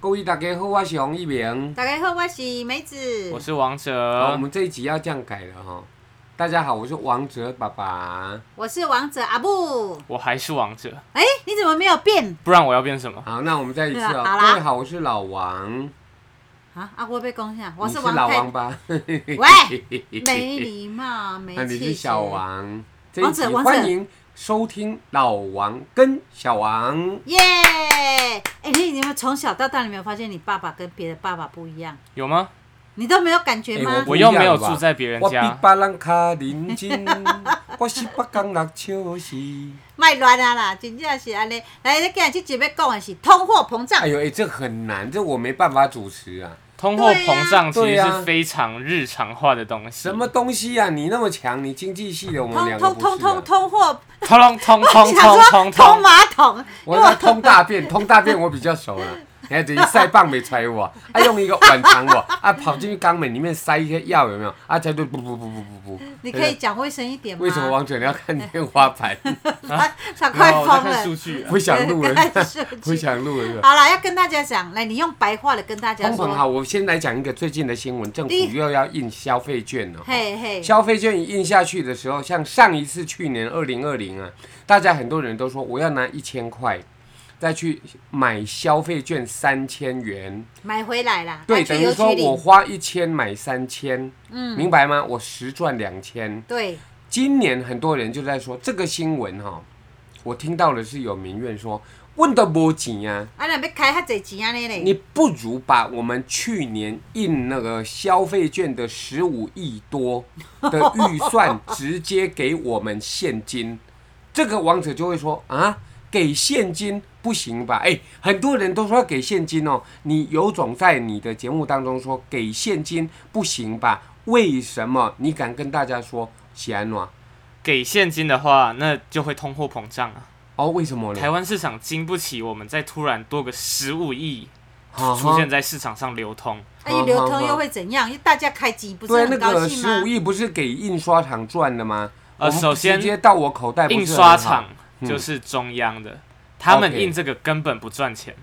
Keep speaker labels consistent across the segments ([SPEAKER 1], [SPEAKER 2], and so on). [SPEAKER 1] 各位大家好，我是洪一鸣。
[SPEAKER 2] 大家好，我是梅子，
[SPEAKER 3] 我是王
[SPEAKER 1] 好，
[SPEAKER 3] 哲
[SPEAKER 1] 我。们这一集要这样改了哈。大家好，我是王哲爸爸。
[SPEAKER 2] 我是王者阿布。
[SPEAKER 3] 我还是王者，
[SPEAKER 2] 哎、你怎么没有变
[SPEAKER 3] 不然我要变什么？
[SPEAKER 1] 好，那我们再一次哦、
[SPEAKER 2] 啊好啦
[SPEAKER 1] 各位好，我是老王。
[SPEAKER 2] 啊？阿波被攻下，我
[SPEAKER 1] 你
[SPEAKER 2] 是
[SPEAKER 1] 是
[SPEAKER 2] 王
[SPEAKER 1] 老
[SPEAKER 2] 太
[SPEAKER 1] 王吧？
[SPEAKER 2] 喂， 没礼貌，没
[SPEAKER 1] 那你
[SPEAKER 2] 气
[SPEAKER 1] 是
[SPEAKER 2] 势。
[SPEAKER 1] 小王。这一
[SPEAKER 2] 王
[SPEAKER 1] 集
[SPEAKER 2] 者王者
[SPEAKER 1] 欢迎收听老王跟小王。
[SPEAKER 2] 耶！哎、你你们从小到大，你有没有发现你爸爸跟别的爸爸不一样？
[SPEAKER 3] 有吗？
[SPEAKER 2] 你都没有感觉
[SPEAKER 1] 哎
[SPEAKER 2] 吗？
[SPEAKER 1] 不
[SPEAKER 3] 我
[SPEAKER 1] 一样
[SPEAKER 3] 又没有
[SPEAKER 1] 吧
[SPEAKER 3] 住在别人
[SPEAKER 1] 我比
[SPEAKER 3] 家，
[SPEAKER 1] 别人卡认真， 我是北港六笑死。
[SPEAKER 2] 卖乱啊啦，真正是安尼。来，你今日这集要讲的是通货膨胀。
[SPEAKER 1] 哎呦，哎、这很难，这我没办法主持啊。
[SPEAKER 3] 通货膨胀其
[SPEAKER 1] 对
[SPEAKER 3] 实
[SPEAKER 1] 呀
[SPEAKER 3] 是非常日常化的东西。
[SPEAKER 1] 什么？东西啊？你那么强，你经济系的，我们
[SPEAKER 2] 通
[SPEAKER 1] 两个
[SPEAKER 2] 通
[SPEAKER 1] 不是、啊。
[SPEAKER 2] 通通通货，
[SPEAKER 3] 通通
[SPEAKER 2] 我想
[SPEAKER 3] 通通
[SPEAKER 2] 说通
[SPEAKER 3] 通通，
[SPEAKER 2] 马桶，
[SPEAKER 1] 我那通大便，通大便我比较 熟了。你看，等于塞棒没揣我，啊，用一个碗藏我，啊，跑进去肛门里面塞一些药，有没有？啊，才对，不不不不不不。
[SPEAKER 2] 你可以讲卫生一点吗？
[SPEAKER 1] 哎为什么王准要看天花 板？
[SPEAKER 2] 他他 快
[SPEAKER 3] 哦
[SPEAKER 2] 疯
[SPEAKER 3] 我在
[SPEAKER 2] 了
[SPEAKER 3] 看。数据啊。
[SPEAKER 1] 不想录了，
[SPEAKER 2] 看数据
[SPEAKER 1] 不想录了。
[SPEAKER 2] 好了，要跟大家讲，来，你用白话的跟大家
[SPEAKER 1] 通膨
[SPEAKER 2] 啊说，
[SPEAKER 1] 好，我先来讲一个最近的新闻，政府
[SPEAKER 2] 第一
[SPEAKER 1] 又要印消费券了、
[SPEAKER 2] 嘿嘿，
[SPEAKER 1] 消费券一印下去的时候，像上一次去年二零二零啊，大家很多人都说我要拿一千块，再去买消费券三千元，
[SPEAKER 2] 买回来啦，
[SPEAKER 1] 对，
[SPEAKER 2] 啊去
[SPEAKER 1] 等于
[SPEAKER 2] 邮局
[SPEAKER 1] 说
[SPEAKER 2] 领
[SPEAKER 1] 我花一千买三千，嗯，明白吗？我实赚两千。
[SPEAKER 2] 对，
[SPEAKER 1] 今年很多人就在说这个新闻哈、我听到的是有民怨说，问的没钱啊，
[SPEAKER 2] 啊，那要开哈侪钱啊安尼嘞，
[SPEAKER 1] 你不如把我们去年印那个消费券的十五亿多的预算直接给我们现金， 这个王者就会说啊，给现金不行吧？哎、很多人都说要给现金哦，你有种在你的节目当中说给现金不行吧？为什么你敢跟大家说喜安诺？啊
[SPEAKER 3] 给现金的话，那就会通货膨胀啊。
[SPEAKER 1] 哦，为什么呢？
[SPEAKER 3] 台湾市场经不起我们再突然多个十五亿
[SPEAKER 1] 好
[SPEAKER 3] 出现在市场上流通。
[SPEAKER 2] 啊，你流通又会怎样？因为大家开机不是
[SPEAKER 1] 对那
[SPEAKER 2] 很高
[SPEAKER 1] 个
[SPEAKER 2] 兴
[SPEAKER 1] 十五
[SPEAKER 2] 吗？
[SPEAKER 1] 亿不是给印刷厂赚的吗？
[SPEAKER 3] 呃
[SPEAKER 1] 我们
[SPEAKER 3] 首先
[SPEAKER 1] 直接到我口袋不是
[SPEAKER 3] 印
[SPEAKER 1] 很好
[SPEAKER 3] 刷
[SPEAKER 1] 嗯
[SPEAKER 3] 厂就是中央的，他们
[SPEAKER 1] OK
[SPEAKER 3] 印这个根本不赚钱。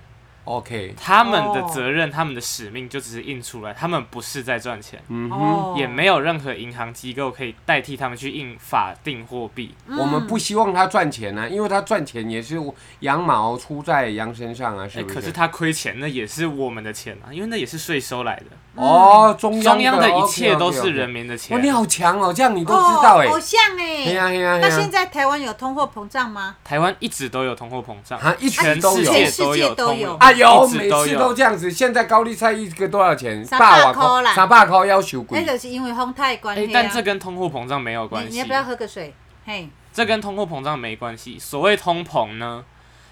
[SPEAKER 1] OK，
[SPEAKER 3] 他们的
[SPEAKER 2] 哦
[SPEAKER 3] 责任、他们的使命就只是印出来，他们不是在赚钱，
[SPEAKER 1] 嗯哼，
[SPEAKER 2] 哦
[SPEAKER 3] 也没有任何银行机构可以代替他们去印法定货币。
[SPEAKER 2] 嗯
[SPEAKER 1] 我们不希望他赚钱啊，因为他赚钱也是羊毛出在羊身上啊，是
[SPEAKER 3] 哎
[SPEAKER 1] 不
[SPEAKER 3] 可是他亏钱，那也是我们的钱啊，因为那也是税收来的，
[SPEAKER 1] 哦，中
[SPEAKER 2] 嗯
[SPEAKER 1] 央
[SPEAKER 3] 中央的一切
[SPEAKER 1] OK，OK，OK
[SPEAKER 3] 都是人。民的钱
[SPEAKER 1] 哇，。你好强哦，这样你都知道哎
[SPEAKER 2] 哦，偶。像
[SPEAKER 1] 嘿
[SPEAKER 2] 哎，
[SPEAKER 1] 呀嘿呀
[SPEAKER 2] 那
[SPEAKER 1] 嘿
[SPEAKER 2] 现
[SPEAKER 1] 呀！
[SPEAKER 2] 在台湾有通货膨胀吗？
[SPEAKER 3] 台湾一直都有通货膨胀，
[SPEAKER 1] 啊一直
[SPEAKER 3] 全
[SPEAKER 1] 都
[SPEAKER 3] 世
[SPEAKER 1] 有
[SPEAKER 2] 啊
[SPEAKER 3] 界
[SPEAKER 2] 全世界
[SPEAKER 3] 有
[SPEAKER 2] 都
[SPEAKER 3] 通
[SPEAKER 2] 有
[SPEAKER 3] 有，
[SPEAKER 1] 哎呦，
[SPEAKER 3] 一直
[SPEAKER 1] 每
[SPEAKER 3] 都
[SPEAKER 1] 次都
[SPEAKER 3] 有。
[SPEAKER 1] 这样子。现在高丽菜一个多少钱？
[SPEAKER 2] 三百
[SPEAKER 1] 百
[SPEAKER 2] 块啦
[SPEAKER 1] 三百块要求
[SPEAKER 2] 那
[SPEAKER 1] 贵。
[SPEAKER 2] 就是因为风太关
[SPEAKER 3] 哎，
[SPEAKER 2] 系
[SPEAKER 3] 但
[SPEAKER 2] 啊
[SPEAKER 3] 这。跟通货膨胀没有关
[SPEAKER 2] 你你
[SPEAKER 3] 系
[SPEAKER 2] 要不，要喝个水？嘿，
[SPEAKER 3] 这跟通货膨胀没关系。所谓通膨呢，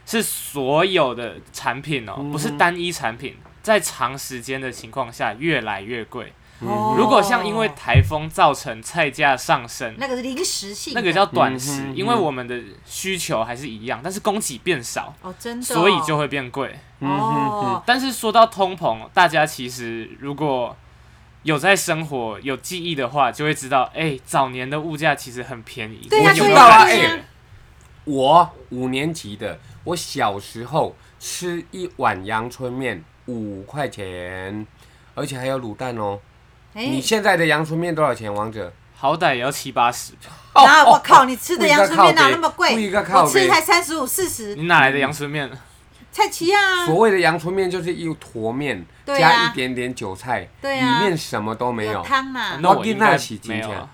[SPEAKER 3] 是所有的产品哦，
[SPEAKER 1] 嗯
[SPEAKER 3] 不是单一产品，在长时间的情况下越来越贵。
[SPEAKER 1] 嗯
[SPEAKER 2] 哦
[SPEAKER 3] 如果像因为台风造成菜价上升，
[SPEAKER 2] 那个是临时性的，
[SPEAKER 3] 那个叫短
[SPEAKER 1] 嗯
[SPEAKER 3] 时
[SPEAKER 1] 哼，
[SPEAKER 3] 因为我们的需求还是一样，但是供给变少，
[SPEAKER 2] 哦，真的哦，
[SPEAKER 3] 所以就会变贵。
[SPEAKER 1] 嗯
[SPEAKER 2] 哦，
[SPEAKER 3] 但是说到通膨，大家其实如果有在生活有记忆的话，就会知道，哎、早年的物价其实很便宜。
[SPEAKER 2] 对
[SPEAKER 1] 呀
[SPEAKER 2] 呀，
[SPEAKER 3] 我有
[SPEAKER 1] 知
[SPEAKER 3] 没
[SPEAKER 2] 对
[SPEAKER 3] 有
[SPEAKER 1] 道啊
[SPEAKER 2] 呀，
[SPEAKER 3] 感
[SPEAKER 2] 对
[SPEAKER 3] 觉
[SPEAKER 1] 哎
[SPEAKER 2] 呀，
[SPEAKER 1] 我五年级的，我小时候吃一碗阳春面五块钱，而且还有卤蛋哦。你
[SPEAKER 2] 哎，
[SPEAKER 1] 现在的阳春面多少钱，王者？
[SPEAKER 3] 好歹也要七八十吧，
[SPEAKER 1] 哦
[SPEAKER 2] 然后我靠，你吃的阳春面哪那么
[SPEAKER 1] 故意
[SPEAKER 2] 贵？
[SPEAKER 1] 个靠
[SPEAKER 2] 我
[SPEAKER 1] 北
[SPEAKER 2] 吃才三十五、四十，
[SPEAKER 3] 你哪来的阳春面？
[SPEAKER 2] 菜奇啊，
[SPEAKER 1] 所谓的阳春面就是一坨面、
[SPEAKER 2] 对啊
[SPEAKER 1] 加一点点韭菜，
[SPEAKER 2] 对啊
[SPEAKER 1] 里面什么都没有。啊
[SPEAKER 2] 汤嘛。哦
[SPEAKER 3] 那我应
[SPEAKER 1] 我囡仔
[SPEAKER 3] 该
[SPEAKER 1] 是真
[SPEAKER 3] 没有
[SPEAKER 1] 正
[SPEAKER 3] 啊，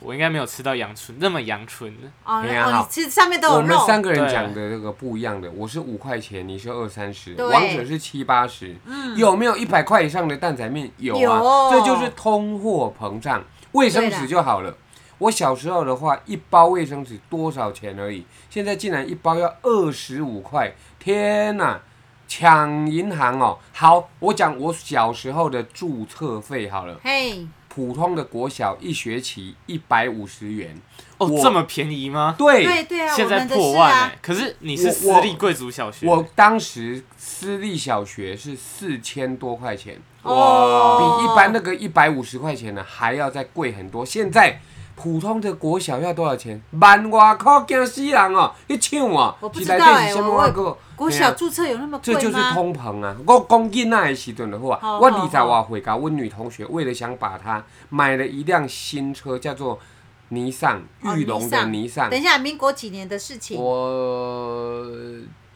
[SPEAKER 3] 我应该没有吃到阳春那么阳春的。
[SPEAKER 2] 哦，
[SPEAKER 1] 哎呀
[SPEAKER 2] 哦，
[SPEAKER 1] 好
[SPEAKER 2] 你吃上面都
[SPEAKER 1] 我
[SPEAKER 2] 有
[SPEAKER 1] 们
[SPEAKER 2] 肉。
[SPEAKER 1] 三个人
[SPEAKER 3] 对
[SPEAKER 1] 讲的这个不一样的，我是五块钱，你是二三十，
[SPEAKER 2] 对嗯
[SPEAKER 1] 王者是七八十。有没有一百块以上的蛋仔面？有啊，
[SPEAKER 2] 有
[SPEAKER 1] 这就是通货膨胀。卫生纸就好了。我小时候的话，一包卫生纸多少钱而已，现在竟然一包要二十五块，天哪！抢银行哦！好，我讲我小时候的注册费好了，
[SPEAKER 2] 嘿，
[SPEAKER 1] 普通的国小一学期一百五十元。
[SPEAKER 3] 哦
[SPEAKER 1] 我，
[SPEAKER 3] 这么便宜吗？
[SPEAKER 1] 对，
[SPEAKER 2] 对对啊，
[SPEAKER 3] 现
[SPEAKER 2] 我
[SPEAKER 3] 在
[SPEAKER 2] 们的是
[SPEAKER 3] 破万哎、
[SPEAKER 2] 啊，
[SPEAKER 3] 可是你是私
[SPEAKER 1] 我
[SPEAKER 3] 立贵族小学，
[SPEAKER 1] 我当时私立小学是四千多块钱，
[SPEAKER 2] 哦
[SPEAKER 1] 比一般那个一百五十块钱呢还要再贵很多。现在普通的国小要多少钱？万外块，惊死人哦！你抢哦，
[SPEAKER 2] 我不
[SPEAKER 1] 是
[SPEAKER 2] 知道
[SPEAKER 1] 内底
[SPEAKER 2] 欸
[SPEAKER 1] 是什么
[SPEAKER 2] 我
[SPEAKER 1] 外国？
[SPEAKER 2] 国
[SPEAKER 1] 嘿啊
[SPEAKER 2] 小注册有那么贵
[SPEAKER 1] 这就
[SPEAKER 2] 吗？
[SPEAKER 1] 是通膨啊！我讲囡仔的时阵的话，
[SPEAKER 2] 好
[SPEAKER 1] 我
[SPEAKER 2] 好
[SPEAKER 1] 二十外岁搞，我女同学为了想把她买了一辆新车，叫做尼桑，
[SPEAKER 2] 哦
[SPEAKER 1] 玉龙的尼桑
[SPEAKER 2] 等，一下，民国几年的事情？
[SPEAKER 1] 我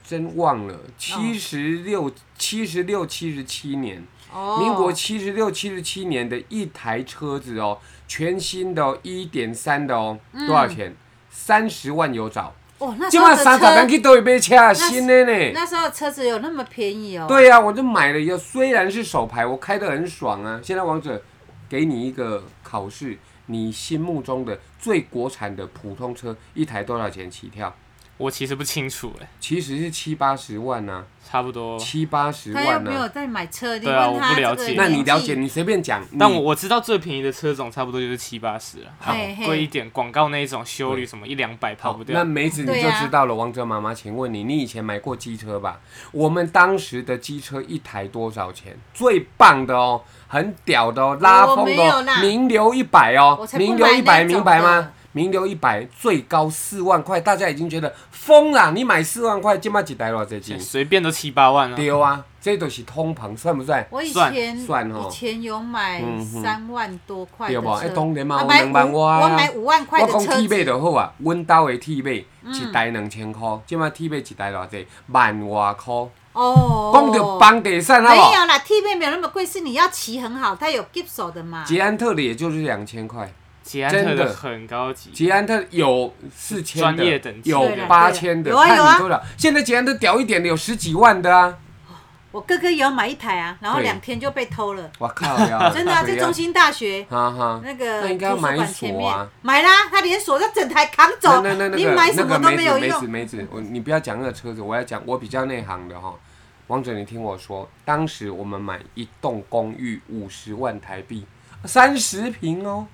[SPEAKER 1] 真忘了，七十六、七十六、七十七年，
[SPEAKER 2] 哦，
[SPEAKER 1] 民国七十六、七十七年的一台车子哦，全新的、哦，一点三的哦，多少钱？三十万有找，
[SPEAKER 2] 哦，嗯那时
[SPEAKER 1] 今
[SPEAKER 2] 候
[SPEAKER 1] 晚
[SPEAKER 2] 的
[SPEAKER 1] 三十万
[SPEAKER 2] 车，
[SPEAKER 1] 去都会买车新的呢。
[SPEAKER 2] 那时候车子有那么便宜哦？，
[SPEAKER 1] 对呀、我就买了以后，虽然是手牌，我开得很爽啊。现在王者给你一个考试，你心目中的最国产的普通车一台多少钱起跳？
[SPEAKER 3] 我其实不清楚哎、
[SPEAKER 1] 其实是七八十万啊呐、
[SPEAKER 3] 差不多。
[SPEAKER 1] 七八十
[SPEAKER 2] 他又
[SPEAKER 1] 万
[SPEAKER 2] 没
[SPEAKER 1] 呐、
[SPEAKER 2] 有在买车，你
[SPEAKER 3] 对啊
[SPEAKER 2] 问
[SPEAKER 3] 我
[SPEAKER 2] 他
[SPEAKER 3] 不了
[SPEAKER 2] 这个
[SPEAKER 3] 解
[SPEAKER 1] 那你
[SPEAKER 2] 年
[SPEAKER 1] 了
[SPEAKER 2] 纪
[SPEAKER 1] 解，你随便讲。
[SPEAKER 3] 但
[SPEAKER 1] 你
[SPEAKER 3] 我我知道最便宜的车种差不多就是七八十了，好
[SPEAKER 2] 嘿嘿
[SPEAKER 3] 贵一点，广告那一种修理什么一两百跑
[SPEAKER 1] 好
[SPEAKER 3] 不，掉
[SPEAKER 1] 那。梅子你
[SPEAKER 2] 对
[SPEAKER 1] 就
[SPEAKER 2] 啊
[SPEAKER 1] 知道了。王者妈妈，请问你，你以前买过机车吧？我们当时的机车一台多少钱？最棒的哦，很屌的哦，拉
[SPEAKER 2] 我
[SPEAKER 1] 风
[SPEAKER 2] 没
[SPEAKER 1] 的
[SPEAKER 2] 有
[SPEAKER 1] 哦
[SPEAKER 2] 啦，
[SPEAKER 1] 名流一百哦
[SPEAKER 2] 我，才不
[SPEAKER 1] 名流
[SPEAKER 2] 买
[SPEAKER 1] 一百，
[SPEAKER 2] 那种
[SPEAKER 1] 明白吗
[SPEAKER 2] 的？
[SPEAKER 1] 名流一百最高四万块，大家已经觉得疯了。你买四万块，今麦几台了？这斤
[SPEAKER 3] 随便都七八万了、
[SPEAKER 1] 丢啊，这都是通膨，算不算？
[SPEAKER 2] 我以
[SPEAKER 3] 算
[SPEAKER 2] 前
[SPEAKER 1] 算哦
[SPEAKER 2] 以前有买
[SPEAKER 1] 嗯哼
[SPEAKER 2] 三万多块
[SPEAKER 1] 对
[SPEAKER 2] 的
[SPEAKER 1] 不？哎，
[SPEAKER 2] 车，
[SPEAKER 1] 当然嘛，
[SPEAKER 2] 啊
[SPEAKER 1] 我
[SPEAKER 2] 买
[SPEAKER 1] 两万
[SPEAKER 2] 五
[SPEAKER 1] 我啊
[SPEAKER 2] 我买五万块
[SPEAKER 1] 我
[SPEAKER 2] 的
[SPEAKER 1] 讲
[SPEAKER 2] 车
[SPEAKER 1] T
[SPEAKER 2] 子嗯
[SPEAKER 1] 倍就好啊，阮兜的 T 倍一台两千箍，即摆 T 倍一台偌济？万外箍。
[SPEAKER 2] 哦，哎
[SPEAKER 1] 讲到房地产好
[SPEAKER 2] 没
[SPEAKER 1] 不好？
[SPEAKER 2] 有啦，T 倍没有那么贵，是你要骑很好，它有 g i p s 手的嘛。
[SPEAKER 1] 捷安特的也就是啊两千块，
[SPEAKER 3] 捷安特
[SPEAKER 1] 真的
[SPEAKER 3] 的很高级，
[SPEAKER 1] 捷安特有四千
[SPEAKER 3] 专
[SPEAKER 1] 的
[SPEAKER 3] 业等，级
[SPEAKER 1] 有
[SPEAKER 2] 对啦
[SPEAKER 1] 八千的，
[SPEAKER 2] 有啊
[SPEAKER 1] 看
[SPEAKER 2] 有啊
[SPEAKER 1] 你多少。现在捷安特屌一点的有十几万的啊！
[SPEAKER 2] 我哥哥也要买一台啊，然后
[SPEAKER 1] 对
[SPEAKER 2] 两天就被 偷了，
[SPEAKER 1] 我靠呀！
[SPEAKER 2] 真的啊，在中
[SPEAKER 1] 心。
[SPEAKER 2] 心大学
[SPEAKER 1] 哈哈，
[SPEAKER 2] 那个
[SPEAKER 1] 那应该
[SPEAKER 2] 图
[SPEAKER 1] 要
[SPEAKER 2] 书
[SPEAKER 1] 买
[SPEAKER 2] 馆前
[SPEAKER 1] 锁啊
[SPEAKER 2] 面。买啦，他连锁他整台扛走，
[SPEAKER 1] 那那那那
[SPEAKER 2] 你
[SPEAKER 1] 个
[SPEAKER 2] 买
[SPEAKER 1] 那
[SPEAKER 2] 什么
[SPEAKER 1] 个
[SPEAKER 2] 都
[SPEAKER 1] 梅
[SPEAKER 2] 没
[SPEAKER 1] 子
[SPEAKER 2] 有
[SPEAKER 1] 梅子
[SPEAKER 2] 用。
[SPEAKER 1] 梅子，我你不要讲那个车子，我要讲我比较内行的哈。王者，你听我说，当时我们买一栋公寓五十万台币，三十平哦，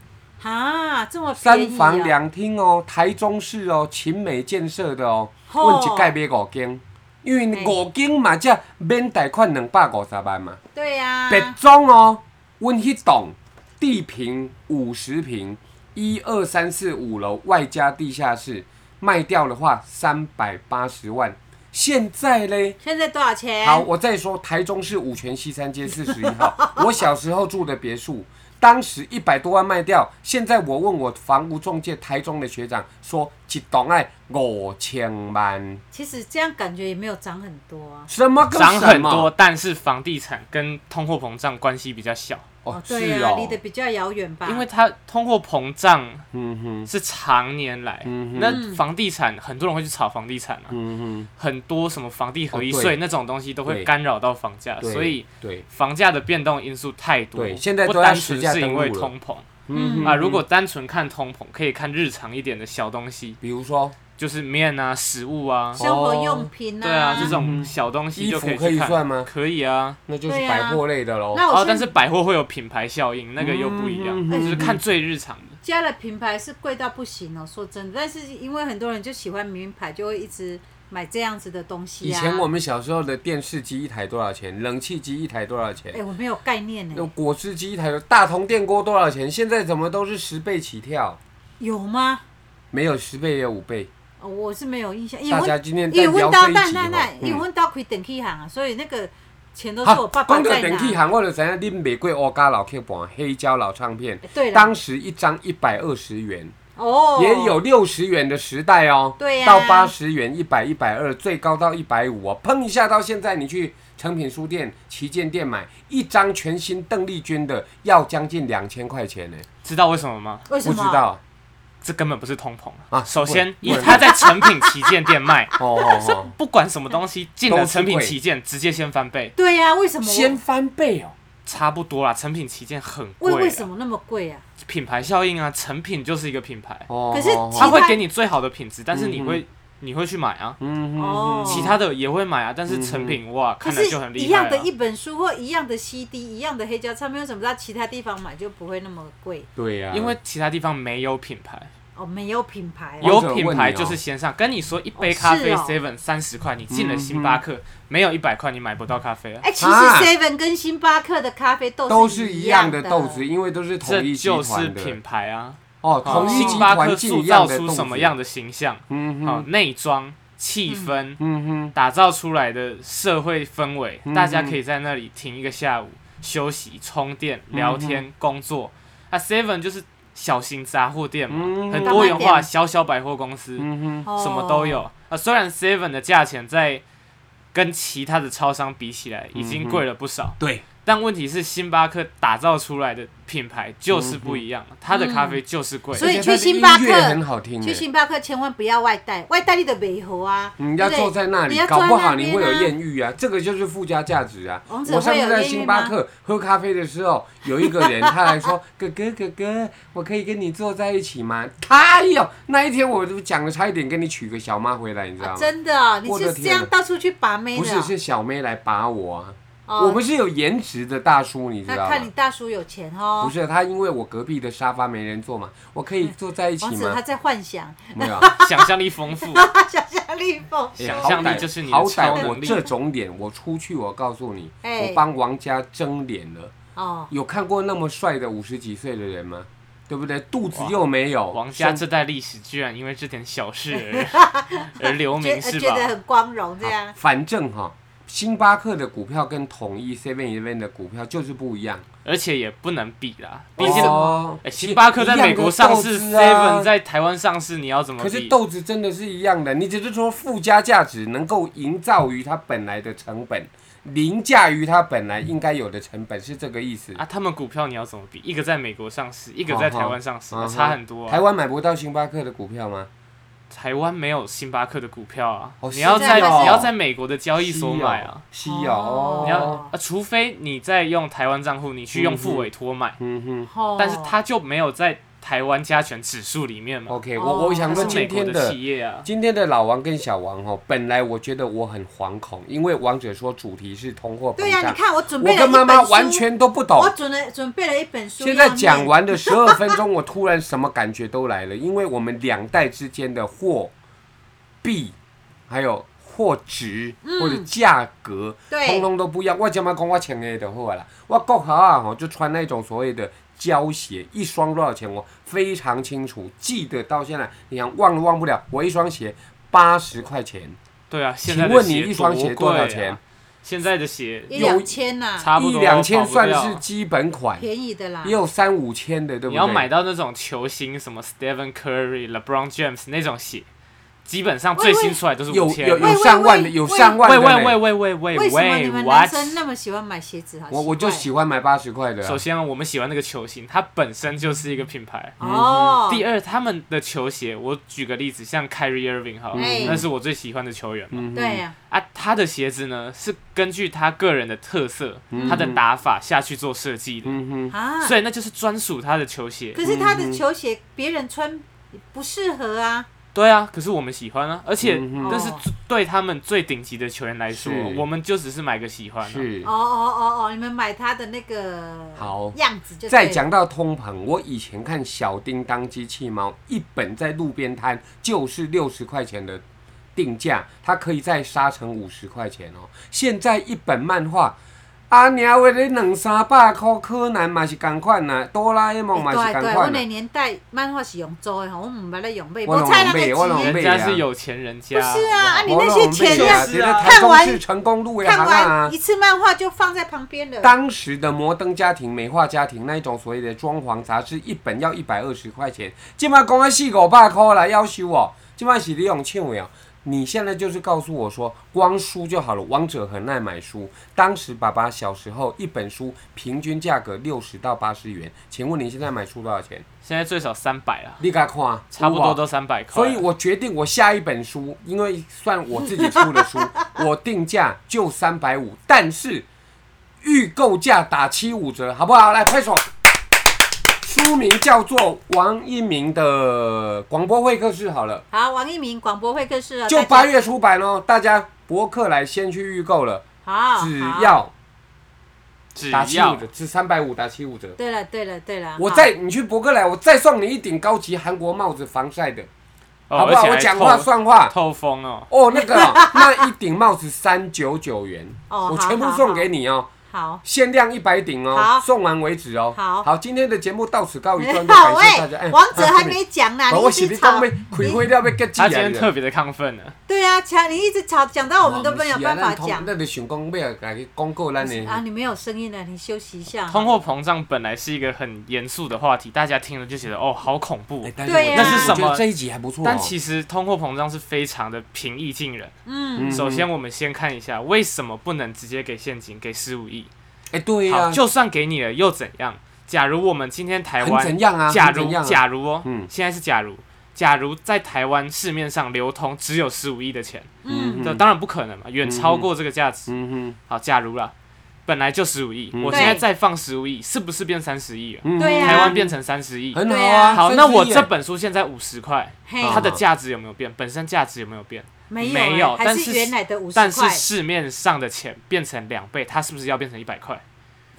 [SPEAKER 2] 啊，这么便
[SPEAKER 1] 三
[SPEAKER 2] 宜
[SPEAKER 1] 房
[SPEAKER 2] 啊！
[SPEAKER 1] 两厅哦，台中市哦，秦美建设的哦，
[SPEAKER 2] 吼
[SPEAKER 1] 阮一盖买五间，因为五间嘛，才免贷款两百五十万嘛。
[SPEAKER 2] 对啊呀，
[SPEAKER 1] 北中哦，阮迄栋地平五十平，一二三四五楼外加地下室，卖掉的话三百八十万。现在嘞，
[SPEAKER 2] 现在多少钱？
[SPEAKER 1] 好，我再说台中市五泉西三街四十一号，我小时候住的别墅，当时一百多万卖掉，现在我问我房屋中介台中的学长说，一栋爱五千万，
[SPEAKER 2] 其实这样感觉也没有涨很多啊。
[SPEAKER 1] 什么跟
[SPEAKER 3] 涨
[SPEAKER 1] 什
[SPEAKER 3] 很
[SPEAKER 1] 么
[SPEAKER 3] 多，但是房地产跟通货膨胀关系比较小，
[SPEAKER 1] 哦，是
[SPEAKER 2] 对啊呀，
[SPEAKER 1] 哦，
[SPEAKER 2] 离得比较遥远吧？
[SPEAKER 3] 因为它通货膨胀
[SPEAKER 1] 嗯哼，
[SPEAKER 3] 是常年来，
[SPEAKER 1] 嗯哼
[SPEAKER 3] 那房地产很多人会去炒房地产啊，
[SPEAKER 1] 嗯
[SPEAKER 3] 很多什么房地合一
[SPEAKER 1] 哦对
[SPEAKER 3] 税那种东西都会
[SPEAKER 1] 对
[SPEAKER 3] 干扰到房价，
[SPEAKER 1] 哼，对
[SPEAKER 3] 所以
[SPEAKER 1] 对，
[SPEAKER 3] 房价的变动因素太多。
[SPEAKER 1] 对现在都
[SPEAKER 3] 不
[SPEAKER 1] 要
[SPEAKER 3] 单
[SPEAKER 1] 实
[SPEAKER 3] 纯
[SPEAKER 1] 价
[SPEAKER 3] 是因为
[SPEAKER 1] 登录了
[SPEAKER 3] 通膨
[SPEAKER 1] 嗯
[SPEAKER 3] 啊，如果单纯看通膨，可以看日常一点的小东西，
[SPEAKER 1] 比如说
[SPEAKER 3] 就是面啊、食物啊，
[SPEAKER 2] 生活用
[SPEAKER 1] 哦
[SPEAKER 2] 品
[SPEAKER 3] 对啊，这种小东西
[SPEAKER 1] 衣
[SPEAKER 3] 就
[SPEAKER 1] 服
[SPEAKER 3] 可以
[SPEAKER 1] 可
[SPEAKER 3] 去
[SPEAKER 1] 以
[SPEAKER 3] 看。
[SPEAKER 1] 算吗？
[SPEAKER 3] 可以啊，
[SPEAKER 1] 那就是
[SPEAKER 2] 对
[SPEAKER 1] 百
[SPEAKER 2] 啊
[SPEAKER 1] 货类的喽。
[SPEAKER 2] 那
[SPEAKER 3] 哦
[SPEAKER 2] 我，
[SPEAKER 3] 但
[SPEAKER 2] 现
[SPEAKER 3] 是
[SPEAKER 2] 在
[SPEAKER 3] 百货会有品牌效应，那个又不一样，
[SPEAKER 1] 嗯
[SPEAKER 3] 就是看最日常的。
[SPEAKER 2] 加了品牌是贵到不行哦，说真的，但是因为很多人就喜欢名牌，就会一直买这样子的东西
[SPEAKER 1] 以
[SPEAKER 2] 啊。
[SPEAKER 1] 前我们小时候的电视机一台多少钱？冷气机一台多少钱
[SPEAKER 2] 哎、？我没有概念呢、
[SPEAKER 1] 那果汁机一台大同电锅多少钱？现在怎么都是十倍起跳？
[SPEAKER 2] 有吗？
[SPEAKER 1] 没有十倍也有五倍。
[SPEAKER 2] 哦我是没有印象，因
[SPEAKER 1] 大
[SPEAKER 2] 为
[SPEAKER 1] 家今天
[SPEAKER 2] 因为
[SPEAKER 1] 聊这
[SPEAKER 2] 问到
[SPEAKER 1] 一
[SPEAKER 2] 蛋
[SPEAKER 1] 集
[SPEAKER 2] 蛋
[SPEAKER 1] 哈
[SPEAKER 2] 蛋，因
[SPEAKER 1] 嗯
[SPEAKER 2] 为问到开电器行啊，所以那个钱都是我
[SPEAKER 1] 好，
[SPEAKER 2] 爸爸
[SPEAKER 1] 讲到
[SPEAKER 2] 在
[SPEAKER 1] 电器
[SPEAKER 2] 拿。
[SPEAKER 1] 行，我就知影恁买过乌家老刻盘、黑胶老唱片
[SPEAKER 2] 哎，对啦
[SPEAKER 1] 当时一张一百二十元，
[SPEAKER 2] 哦，
[SPEAKER 1] 也有六十元的时代哦。
[SPEAKER 2] 对呀
[SPEAKER 1] 到八十元、一百、一百二，最高到一百五哦。碰一下，到现在你去诚品书店、旗舰店买一张全新邓丽君的，要将近两千块钱呢。
[SPEAKER 3] 知道为什么吗？
[SPEAKER 2] 为
[SPEAKER 1] 不
[SPEAKER 2] 什
[SPEAKER 1] 知
[SPEAKER 2] 么？
[SPEAKER 1] 道
[SPEAKER 3] 这根本不是通膨
[SPEAKER 1] 啊
[SPEAKER 3] 首先，
[SPEAKER 1] 不
[SPEAKER 3] 以
[SPEAKER 1] 然
[SPEAKER 3] 它在成品旗舰店卖，
[SPEAKER 1] 哦哦哦，
[SPEAKER 3] 不管什么东
[SPEAKER 2] 哎
[SPEAKER 3] 西进了
[SPEAKER 1] 都是
[SPEAKER 3] 成品
[SPEAKER 1] 贵
[SPEAKER 3] 旗舰，直接先翻倍，
[SPEAKER 2] 对呀、为什么我？
[SPEAKER 1] 先翻倍哦。
[SPEAKER 3] 差不多啦。成品旗舰很贵
[SPEAKER 2] 为
[SPEAKER 3] 啊，
[SPEAKER 2] 为什么那么贵啊？
[SPEAKER 3] 品牌效应啊，成品就是一个品牌，
[SPEAKER 1] 哦，
[SPEAKER 2] 可是
[SPEAKER 1] 哦哦
[SPEAKER 2] 其
[SPEAKER 3] 它
[SPEAKER 2] 他
[SPEAKER 3] 会给你最好的品质，但是你
[SPEAKER 1] 嗯
[SPEAKER 3] 会你会去买啊，
[SPEAKER 1] 嗯哼
[SPEAKER 2] 哦，
[SPEAKER 3] 其他的也会买啊，但是成品哇，
[SPEAKER 2] 可
[SPEAKER 3] 看
[SPEAKER 2] 是
[SPEAKER 3] 了就很
[SPEAKER 2] 一
[SPEAKER 3] 厉害
[SPEAKER 2] 样
[SPEAKER 3] 啊
[SPEAKER 2] 的。一本书或一样的 CD，一样的黑胶唱片，为什么到其他地方买就不会那么贵？
[SPEAKER 1] 对呀、
[SPEAKER 3] 因为其他地方没有品牌，
[SPEAKER 2] 哦，没有品牌啊、
[SPEAKER 1] 王者
[SPEAKER 3] 有品牌就是先上。跟你说，一杯咖啡
[SPEAKER 2] 哦是
[SPEAKER 3] Seven 三十块，你进了星巴
[SPEAKER 1] 嗯
[SPEAKER 3] 克，没有一百块你买不到咖啡啊。
[SPEAKER 2] 哎、其实
[SPEAKER 1] 啊
[SPEAKER 2] Seven 跟星巴克的咖啡豆
[SPEAKER 1] 都
[SPEAKER 2] 是
[SPEAKER 1] 是一
[SPEAKER 2] 样
[SPEAKER 1] 样的豆子，因为都是同
[SPEAKER 3] 这
[SPEAKER 1] 一集
[SPEAKER 3] 就是
[SPEAKER 1] 团的。
[SPEAKER 3] 品牌啊！
[SPEAKER 1] 哦，
[SPEAKER 3] 好
[SPEAKER 1] 同一集
[SPEAKER 3] 星巴
[SPEAKER 1] 团
[SPEAKER 3] 克
[SPEAKER 1] 进
[SPEAKER 3] 塑
[SPEAKER 1] 一样
[SPEAKER 3] 造
[SPEAKER 1] 的
[SPEAKER 3] 出
[SPEAKER 1] 动
[SPEAKER 3] 什么
[SPEAKER 1] 作
[SPEAKER 3] 样？的形象？
[SPEAKER 1] 嗯
[SPEAKER 3] 好、
[SPEAKER 1] 哼，
[SPEAKER 3] 内装、气氛、
[SPEAKER 1] 嗯哼，
[SPEAKER 3] 打造出来的社会氛围，
[SPEAKER 1] 嗯嗯
[SPEAKER 3] 大家可以在那里停一个下午休息、充电、聊天、工作。啊，Seven 就是小型杂货店嘛，
[SPEAKER 1] 嗯
[SPEAKER 3] 很多元
[SPEAKER 2] 干嘛
[SPEAKER 3] 化，
[SPEAKER 2] 店
[SPEAKER 3] 小小百货公司，
[SPEAKER 1] 嗯哼，
[SPEAKER 2] 哦
[SPEAKER 3] 什么都有。啊，虽然 Seven 的价钱在跟其他的超商比起来
[SPEAKER 1] 嗯
[SPEAKER 3] 已经贵了不少，
[SPEAKER 1] 对，
[SPEAKER 3] 但问题是星巴克打造出来的品牌
[SPEAKER 1] 嗯
[SPEAKER 3] 就是不一样，它的咖
[SPEAKER 2] 嗯
[SPEAKER 3] 啡就是贵。
[SPEAKER 2] 所以
[SPEAKER 1] 而且它的
[SPEAKER 2] 去星巴克
[SPEAKER 1] 音乐很好听耶，
[SPEAKER 2] 去星巴克千万不要外带，外带你的美猴啊，
[SPEAKER 1] 你嗯要
[SPEAKER 2] 对
[SPEAKER 1] 坐
[SPEAKER 2] 不对
[SPEAKER 1] 在那里
[SPEAKER 2] 你要，坐
[SPEAKER 1] 搞
[SPEAKER 2] 在
[SPEAKER 1] 不好
[SPEAKER 2] 那
[SPEAKER 1] 你
[SPEAKER 2] 边
[SPEAKER 1] 会有
[SPEAKER 2] 啊
[SPEAKER 1] 艳遇啊，这个就是附加价值啊。
[SPEAKER 2] 王子
[SPEAKER 1] 我上
[SPEAKER 2] 会
[SPEAKER 1] 次
[SPEAKER 2] 有
[SPEAKER 1] 在
[SPEAKER 2] 艳遇
[SPEAKER 1] 星巴
[SPEAKER 2] 吗
[SPEAKER 1] 克喝咖啡的时候，有一个 人他还说：“哥哥哥哥，我可以跟你坐在一起吗？”哎呦，那一天我就讲了，差一点跟你娶个小妈回来，你知道
[SPEAKER 2] 啊
[SPEAKER 1] 吗？
[SPEAKER 2] 真的哦，你
[SPEAKER 1] 我的
[SPEAKER 2] 是这
[SPEAKER 1] 天啊
[SPEAKER 2] 样到处去把妹
[SPEAKER 1] 不
[SPEAKER 2] 的
[SPEAKER 1] 是
[SPEAKER 2] 哦，
[SPEAKER 1] 是小妹来把我啊，
[SPEAKER 2] 哦
[SPEAKER 1] 我们是有颜值的大叔，你知
[SPEAKER 2] 那
[SPEAKER 1] 道
[SPEAKER 2] 看你
[SPEAKER 1] 吗？
[SPEAKER 2] 大叔有钱哦，嗯
[SPEAKER 1] 不是他，因为我隔壁的沙发没人坐嘛，我可以坐在一起
[SPEAKER 2] 王子他
[SPEAKER 1] 吗？
[SPEAKER 2] 在幻想，
[SPEAKER 1] 没有啊，
[SPEAKER 3] 想象力 丰富，
[SPEAKER 2] 他想象力丰
[SPEAKER 1] 哎
[SPEAKER 2] 富。
[SPEAKER 3] 想
[SPEAKER 1] 好
[SPEAKER 3] 象力
[SPEAKER 1] 歹
[SPEAKER 3] 就是你的
[SPEAKER 1] 好
[SPEAKER 3] 超
[SPEAKER 1] 歹我
[SPEAKER 3] 能力
[SPEAKER 1] 这种脸，我出去我告诉你，
[SPEAKER 2] 哎
[SPEAKER 1] 我帮王家争脸了。
[SPEAKER 2] 哦，
[SPEAKER 1] 有看过那么帅的五十几岁的人吗？对不对？肚子又没有，
[SPEAKER 3] 王家
[SPEAKER 1] 身
[SPEAKER 3] 这代历史居然因为这点小事而而留
[SPEAKER 2] 觉
[SPEAKER 3] 名
[SPEAKER 2] 呃
[SPEAKER 3] 是
[SPEAKER 2] 觉得
[SPEAKER 3] 吧？
[SPEAKER 2] 很光荣这
[SPEAKER 1] 好
[SPEAKER 2] 样。
[SPEAKER 1] 反正哈、星巴克的股票跟统一 Seven Eleven 的股票就是不一样。
[SPEAKER 3] 而且也不能比啦，毕
[SPEAKER 2] 为
[SPEAKER 3] 竟
[SPEAKER 2] 什么
[SPEAKER 1] 哦
[SPEAKER 3] 哎，星巴克在美国上市
[SPEAKER 1] 一样的
[SPEAKER 3] ，Seven
[SPEAKER 1] 豆子啊
[SPEAKER 3] 在台湾上市，你要怎么
[SPEAKER 1] 可是
[SPEAKER 3] 比？
[SPEAKER 1] 豆子真的是一样的，你只是说附加价值能够营造于它本来的成本，凌驾于它本来应该有的成本，是这个意思。
[SPEAKER 3] 啊，他们股票你要怎么比？一个在美国上市，一个在台湾上市，
[SPEAKER 1] 嗯哼
[SPEAKER 3] 那差很多、
[SPEAKER 1] 台
[SPEAKER 3] 啊。
[SPEAKER 1] 湾买不到星巴克的股票吗？
[SPEAKER 3] 台湾没有星巴克的股票啊，
[SPEAKER 1] 哦
[SPEAKER 3] 你要
[SPEAKER 2] 是
[SPEAKER 3] 在
[SPEAKER 2] 这样吗
[SPEAKER 3] 你要在美国的交易所买啊，
[SPEAKER 1] 稀有，稀有哦
[SPEAKER 2] 哦
[SPEAKER 3] 你要啊，除非你再用台湾账户，你去用付委托买，
[SPEAKER 1] 嗯哼。
[SPEAKER 2] 哦
[SPEAKER 3] 但是它就没有在台湾加权指数里面嘛，
[SPEAKER 1] OK，
[SPEAKER 2] 哦
[SPEAKER 1] 我我想
[SPEAKER 3] 它
[SPEAKER 1] 说
[SPEAKER 3] 是美
[SPEAKER 1] 今
[SPEAKER 3] 国
[SPEAKER 1] 天
[SPEAKER 3] 的
[SPEAKER 1] 的
[SPEAKER 3] 企业啊。
[SPEAKER 1] 今天的老王跟小王哦，本来我觉得我很惶恐，因为王者说主题是通货膨胀，
[SPEAKER 2] 对呀，你看我准备
[SPEAKER 1] 我
[SPEAKER 2] 了
[SPEAKER 1] 跟
[SPEAKER 2] 一
[SPEAKER 1] 妈
[SPEAKER 2] 本
[SPEAKER 1] 妈
[SPEAKER 2] 书
[SPEAKER 1] 完全都不懂
[SPEAKER 2] 我。准了准备了一本书要
[SPEAKER 1] 现
[SPEAKER 2] 念。
[SPEAKER 1] 在讲完的十二分钟，我突然什么感觉都来了，因为我们两代之间的货币，还有货值、
[SPEAKER 3] 嗯
[SPEAKER 1] 或者价格，
[SPEAKER 2] 对
[SPEAKER 1] 通通都不一样。我怎么讲我穿的就好了，我国好啊吼就穿那种所谓的胶鞋，一双多少钱我非常清楚，记得到现在，你看忘都忘不了。我一双鞋八十块钱，
[SPEAKER 3] 对啊，现
[SPEAKER 1] 请
[SPEAKER 3] 在的
[SPEAKER 1] 问你
[SPEAKER 3] 鞋
[SPEAKER 1] 一双鞋
[SPEAKER 3] 多
[SPEAKER 1] 多
[SPEAKER 3] 贵啊
[SPEAKER 1] 少钱？
[SPEAKER 3] 现在的鞋
[SPEAKER 2] 一
[SPEAKER 1] 有
[SPEAKER 2] 两千呐，
[SPEAKER 3] 差不
[SPEAKER 1] 一
[SPEAKER 3] 多
[SPEAKER 1] 两千
[SPEAKER 3] 跑不掉
[SPEAKER 1] 算
[SPEAKER 3] 啊
[SPEAKER 1] 是基本款，
[SPEAKER 2] 便宜的啦
[SPEAKER 1] 也。有三五千的，对不对？
[SPEAKER 3] 你要买到那种球星，什么 Stephen Curry、LeBron James 那种鞋，基本上最新出来都是
[SPEAKER 1] 有
[SPEAKER 3] 五千。
[SPEAKER 1] 有有
[SPEAKER 2] 喂喂
[SPEAKER 1] 上万的，
[SPEAKER 2] 喂
[SPEAKER 1] 有上万
[SPEAKER 3] 喂
[SPEAKER 1] 的
[SPEAKER 3] 喂
[SPEAKER 1] 呢
[SPEAKER 3] 喂喂喂喂
[SPEAKER 2] 为什么你
[SPEAKER 3] 喂
[SPEAKER 2] 们男
[SPEAKER 3] ，what？
[SPEAKER 2] 生那么喜欢买鞋子？好
[SPEAKER 1] 我我就
[SPEAKER 2] 奇怪
[SPEAKER 1] 喜欢买八十块的啊、
[SPEAKER 3] 首先啊，我们喜欢那个球星，它本身就是一个品牌。
[SPEAKER 2] 哦。
[SPEAKER 1] 嗯
[SPEAKER 3] 第二，他们的球鞋，我举个例子，像 Kyrie Irving 哈，
[SPEAKER 2] 哎
[SPEAKER 3] 那是我最喜欢的球员
[SPEAKER 1] 嗯
[SPEAKER 3] 嘛。
[SPEAKER 2] 对呀，
[SPEAKER 3] 啊，他的鞋子呢是根据他个人的特色、他的打法下去做设计的，
[SPEAKER 1] 嗯
[SPEAKER 2] 啊，
[SPEAKER 3] 所以那就是专属他的球鞋。
[SPEAKER 2] 可是他的球鞋别人穿不适合啊。
[SPEAKER 3] 对啊，可是我们喜欢啊，而且
[SPEAKER 1] 嗯
[SPEAKER 2] 哼
[SPEAKER 3] 那是
[SPEAKER 2] 哦
[SPEAKER 3] 最对他们最顶级的球员来说
[SPEAKER 1] 是，
[SPEAKER 3] 我们就只是买个喜欢、
[SPEAKER 1] 哼，
[SPEAKER 3] 啊。
[SPEAKER 1] 是
[SPEAKER 2] 哦。哦哦哦，你们买他的那个
[SPEAKER 1] 好
[SPEAKER 2] 样子就
[SPEAKER 1] 再
[SPEAKER 2] 对了
[SPEAKER 1] 讲到通膨，我以前看《小叮当机器猫》，一本在路边摊就是六十块钱的定价，它可以再杀成五十块钱哦。现在一本漫画。啊，娘为的两三百块，柯南嘛是同款呐，哆啦 A 梦嘛
[SPEAKER 2] 欸
[SPEAKER 1] 是
[SPEAKER 2] 对
[SPEAKER 1] 同
[SPEAKER 2] 对，我
[SPEAKER 1] 款
[SPEAKER 2] 那
[SPEAKER 1] 呐。
[SPEAKER 2] 年代漫画是用做的吼，我唔捌咧用买，
[SPEAKER 1] 我
[SPEAKER 2] 无
[SPEAKER 1] 拢
[SPEAKER 2] 菜那
[SPEAKER 1] 用买我拢
[SPEAKER 2] 个
[SPEAKER 1] 买
[SPEAKER 2] 钱。
[SPEAKER 3] 人家是有钱人
[SPEAKER 2] 不
[SPEAKER 3] 家，
[SPEAKER 2] 是啊，啊你
[SPEAKER 1] 我
[SPEAKER 2] 那
[SPEAKER 1] 拢有
[SPEAKER 2] 些钱
[SPEAKER 1] 买啊
[SPEAKER 2] 呀，
[SPEAKER 1] 这个台
[SPEAKER 2] 看
[SPEAKER 1] 中
[SPEAKER 2] 完
[SPEAKER 1] 市成功路的
[SPEAKER 2] 看
[SPEAKER 1] 行啊
[SPEAKER 2] 完一。次漫画就放在旁边了。
[SPEAKER 1] 当时的摩登家庭、美化家庭那一种所谓的装潢杂志，一本要一百二十块钱，今麦公安四五百块来要求哦，今麦是你用抢的哦。你现在就是告诉我说，光书就好了。王者很爱买书，当时爸爸小时候一本书平均价格六十到八十元，请问你现在买书多少钱？
[SPEAKER 3] 现在最少三百啦，
[SPEAKER 1] 你敢看？
[SPEAKER 3] 差不
[SPEAKER 1] 有
[SPEAKER 3] 多
[SPEAKER 1] 无
[SPEAKER 3] 都三百块。
[SPEAKER 1] 所以我决定，我下一本书，因为算我自己出 的书，我定价就三百五，但是预购价打七五折，好不好？来拍手。书名叫做王一鸣的广播会客室，好了，
[SPEAKER 2] 好，王一鸣广播会客室啊，
[SPEAKER 1] 就
[SPEAKER 2] 大家
[SPEAKER 1] 八月出版哦，大家博客来先去预购了，
[SPEAKER 2] 好，
[SPEAKER 1] 只
[SPEAKER 2] 好
[SPEAKER 1] 要
[SPEAKER 3] 啊只
[SPEAKER 1] 打七
[SPEAKER 3] 要啊
[SPEAKER 1] 五折，只三百五打七五折。
[SPEAKER 2] 对了对了对了，
[SPEAKER 1] 我
[SPEAKER 2] 好
[SPEAKER 1] 再你去博客来，我再送你一顶高级韩国帽子，防晒的，
[SPEAKER 3] 哦
[SPEAKER 1] 好不
[SPEAKER 3] 而
[SPEAKER 1] 好？
[SPEAKER 3] 且还
[SPEAKER 1] 我讲话
[SPEAKER 3] 透
[SPEAKER 1] 算话，
[SPEAKER 3] 透风哦，
[SPEAKER 1] 哦，那个哦、那一顶帽子三九九元，
[SPEAKER 2] 哦
[SPEAKER 1] 我
[SPEAKER 2] 好
[SPEAKER 1] 全部
[SPEAKER 2] 好
[SPEAKER 1] 送给你哦。
[SPEAKER 2] 好，
[SPEAKER 1] 限量一百顶哦
[SPEAKER 2] 好，
[SPEAKER 1] 送完为止哦。
[SPEAKER 2] 好
[SPEAKER 1] 好，今天的节目到此告一 段落，
[SPEAKER 2] 好
[SPEAKER 1] 感谢大家。
[SPEAKER 2] 喂，王者还
[SPEAKER 1] 啊
[SPEAKER 2] 没讲呢，
[SPEAKER 1] 这里
[SPEAKER 2] 你
[SPEAKER 1] 我
[SPEAKER 2] 一
[SPEAKER 1] 是
[SPEAKER 2] 直
[SPEAKER 1] 你讲
[SPEAKER 2] 吵，
[SPEAKER 1] 没开
[SPEAKER 2] 你
[SPEAKER 1] 会了要结
[SPEAKER 3] 他
[SPEAKER 1] 进
[SPEAKER 3] 今
[SPEAKER 1] 来
[SPEAKER 3] 天特
[SPEAKER 1] 了。
[SPEAKER 3] 别的亢奋呢，
[SPEAKER 2] 对啊，强，你一直吵，讲到我们都没有办法
[SPEAKER 1] 不是啊
[SPEAKER 2] 讲
[SPEAKER 1] 咱就想讲要来去广告咱的。
[SPEAKER 2] 啊，你没有声音了，你休息一下。
[SPEAKER 3] 通货膨胀本来是一个很严肃的话题，大家听了就觉得哦，好恐怖
[SPEAKER 1] 哎
[SPEAKER 3] 哦。
[SPEAKER 1] 但是
[SPEAKER 2] 对啊
[SPEAKER 1] 我
[SPEAKER 2] 呀
[SPEAKER 1] 觉得
[SPEAKER 2] 那是
[SPEAKER 3] 什么
[SPEAKER 1] 这一集还不错哦。
[SPEAKER 3] 但其实通货膨胀是非常的平易近人。
[SPEAKER 2] 嗯，
[SPEAKER 1] 嗯
[SPEAKER 3] 首先，，我们先看一下为什么不能直接给现金，给十五亿。
[SPEAKER 1] 哎，对
[SPEAKER 3] 好，
[SPEAKER 1] 呀，
[SPEAKER 3] 就算给你了又怎样？假如我们今天台
[SPEAKER 1] 很
[SPEAKER 3] 湾，
[SPEAKER 1] 怎样啊？
[SPEAKER 3] 假
[SPEAKER 1] 很
[SPEAKER 3] 如
[SPEAKER 1] 怎样啊
[SPEAKER 3] 假如哦
[SPEAKER 1] 嗯，
[SPEAKER 3] 现在是假如，假如在台湾市面上流通只有十五亿的钱，
[SPEAKER 2] 嗯
[SPEAKER 3] 这当然不可能嘛，远超过这个价值。
[SPEAKER 1] 嗯
[SPEAKER 3] 好，假如啦，本来就十五亿，
[SPEAKER 1] 嗯
[SPEAKER 3] 我现在
[SPEAKER 2] 对
[SPEAKER 3] 再放十五亿，是不是变三十亿了？
[SPEAKER 1] 哼，
[SPEAKER 2] 对呀
[SPEAKER 3] 台湾变成三十亿。
[SPEAKER 1] 很好
[SPEAKER 2] 对啊
[SPEAKER 1] 啊。
[SPEAKER 3] 好，那我
[SPEAKER 1] 31
[SPEAKER 3] 这本书现在五十块，
[SPEAKER 2] 嘿，
[SPEAKER 1] 啊
[SPEAKER 3] 它的价值有没有变？本身价值有没有变？
[SPEAKER 2] 没有
[SPEAKER 3] 没
[SPEAKER 2] 欸
[SPEAKER 3] 有
[SPEAKER 2] 还
[SPEAKER 3] 但是
[SPEAKER 2] 原来的五十
[SPEAKER 3] 但是
[SPEAKER 2] 块，
[SPEAKER 3] 市面上的钱变成两倍，它是不是要变成一百块？
[SPEAKER 2] 嗯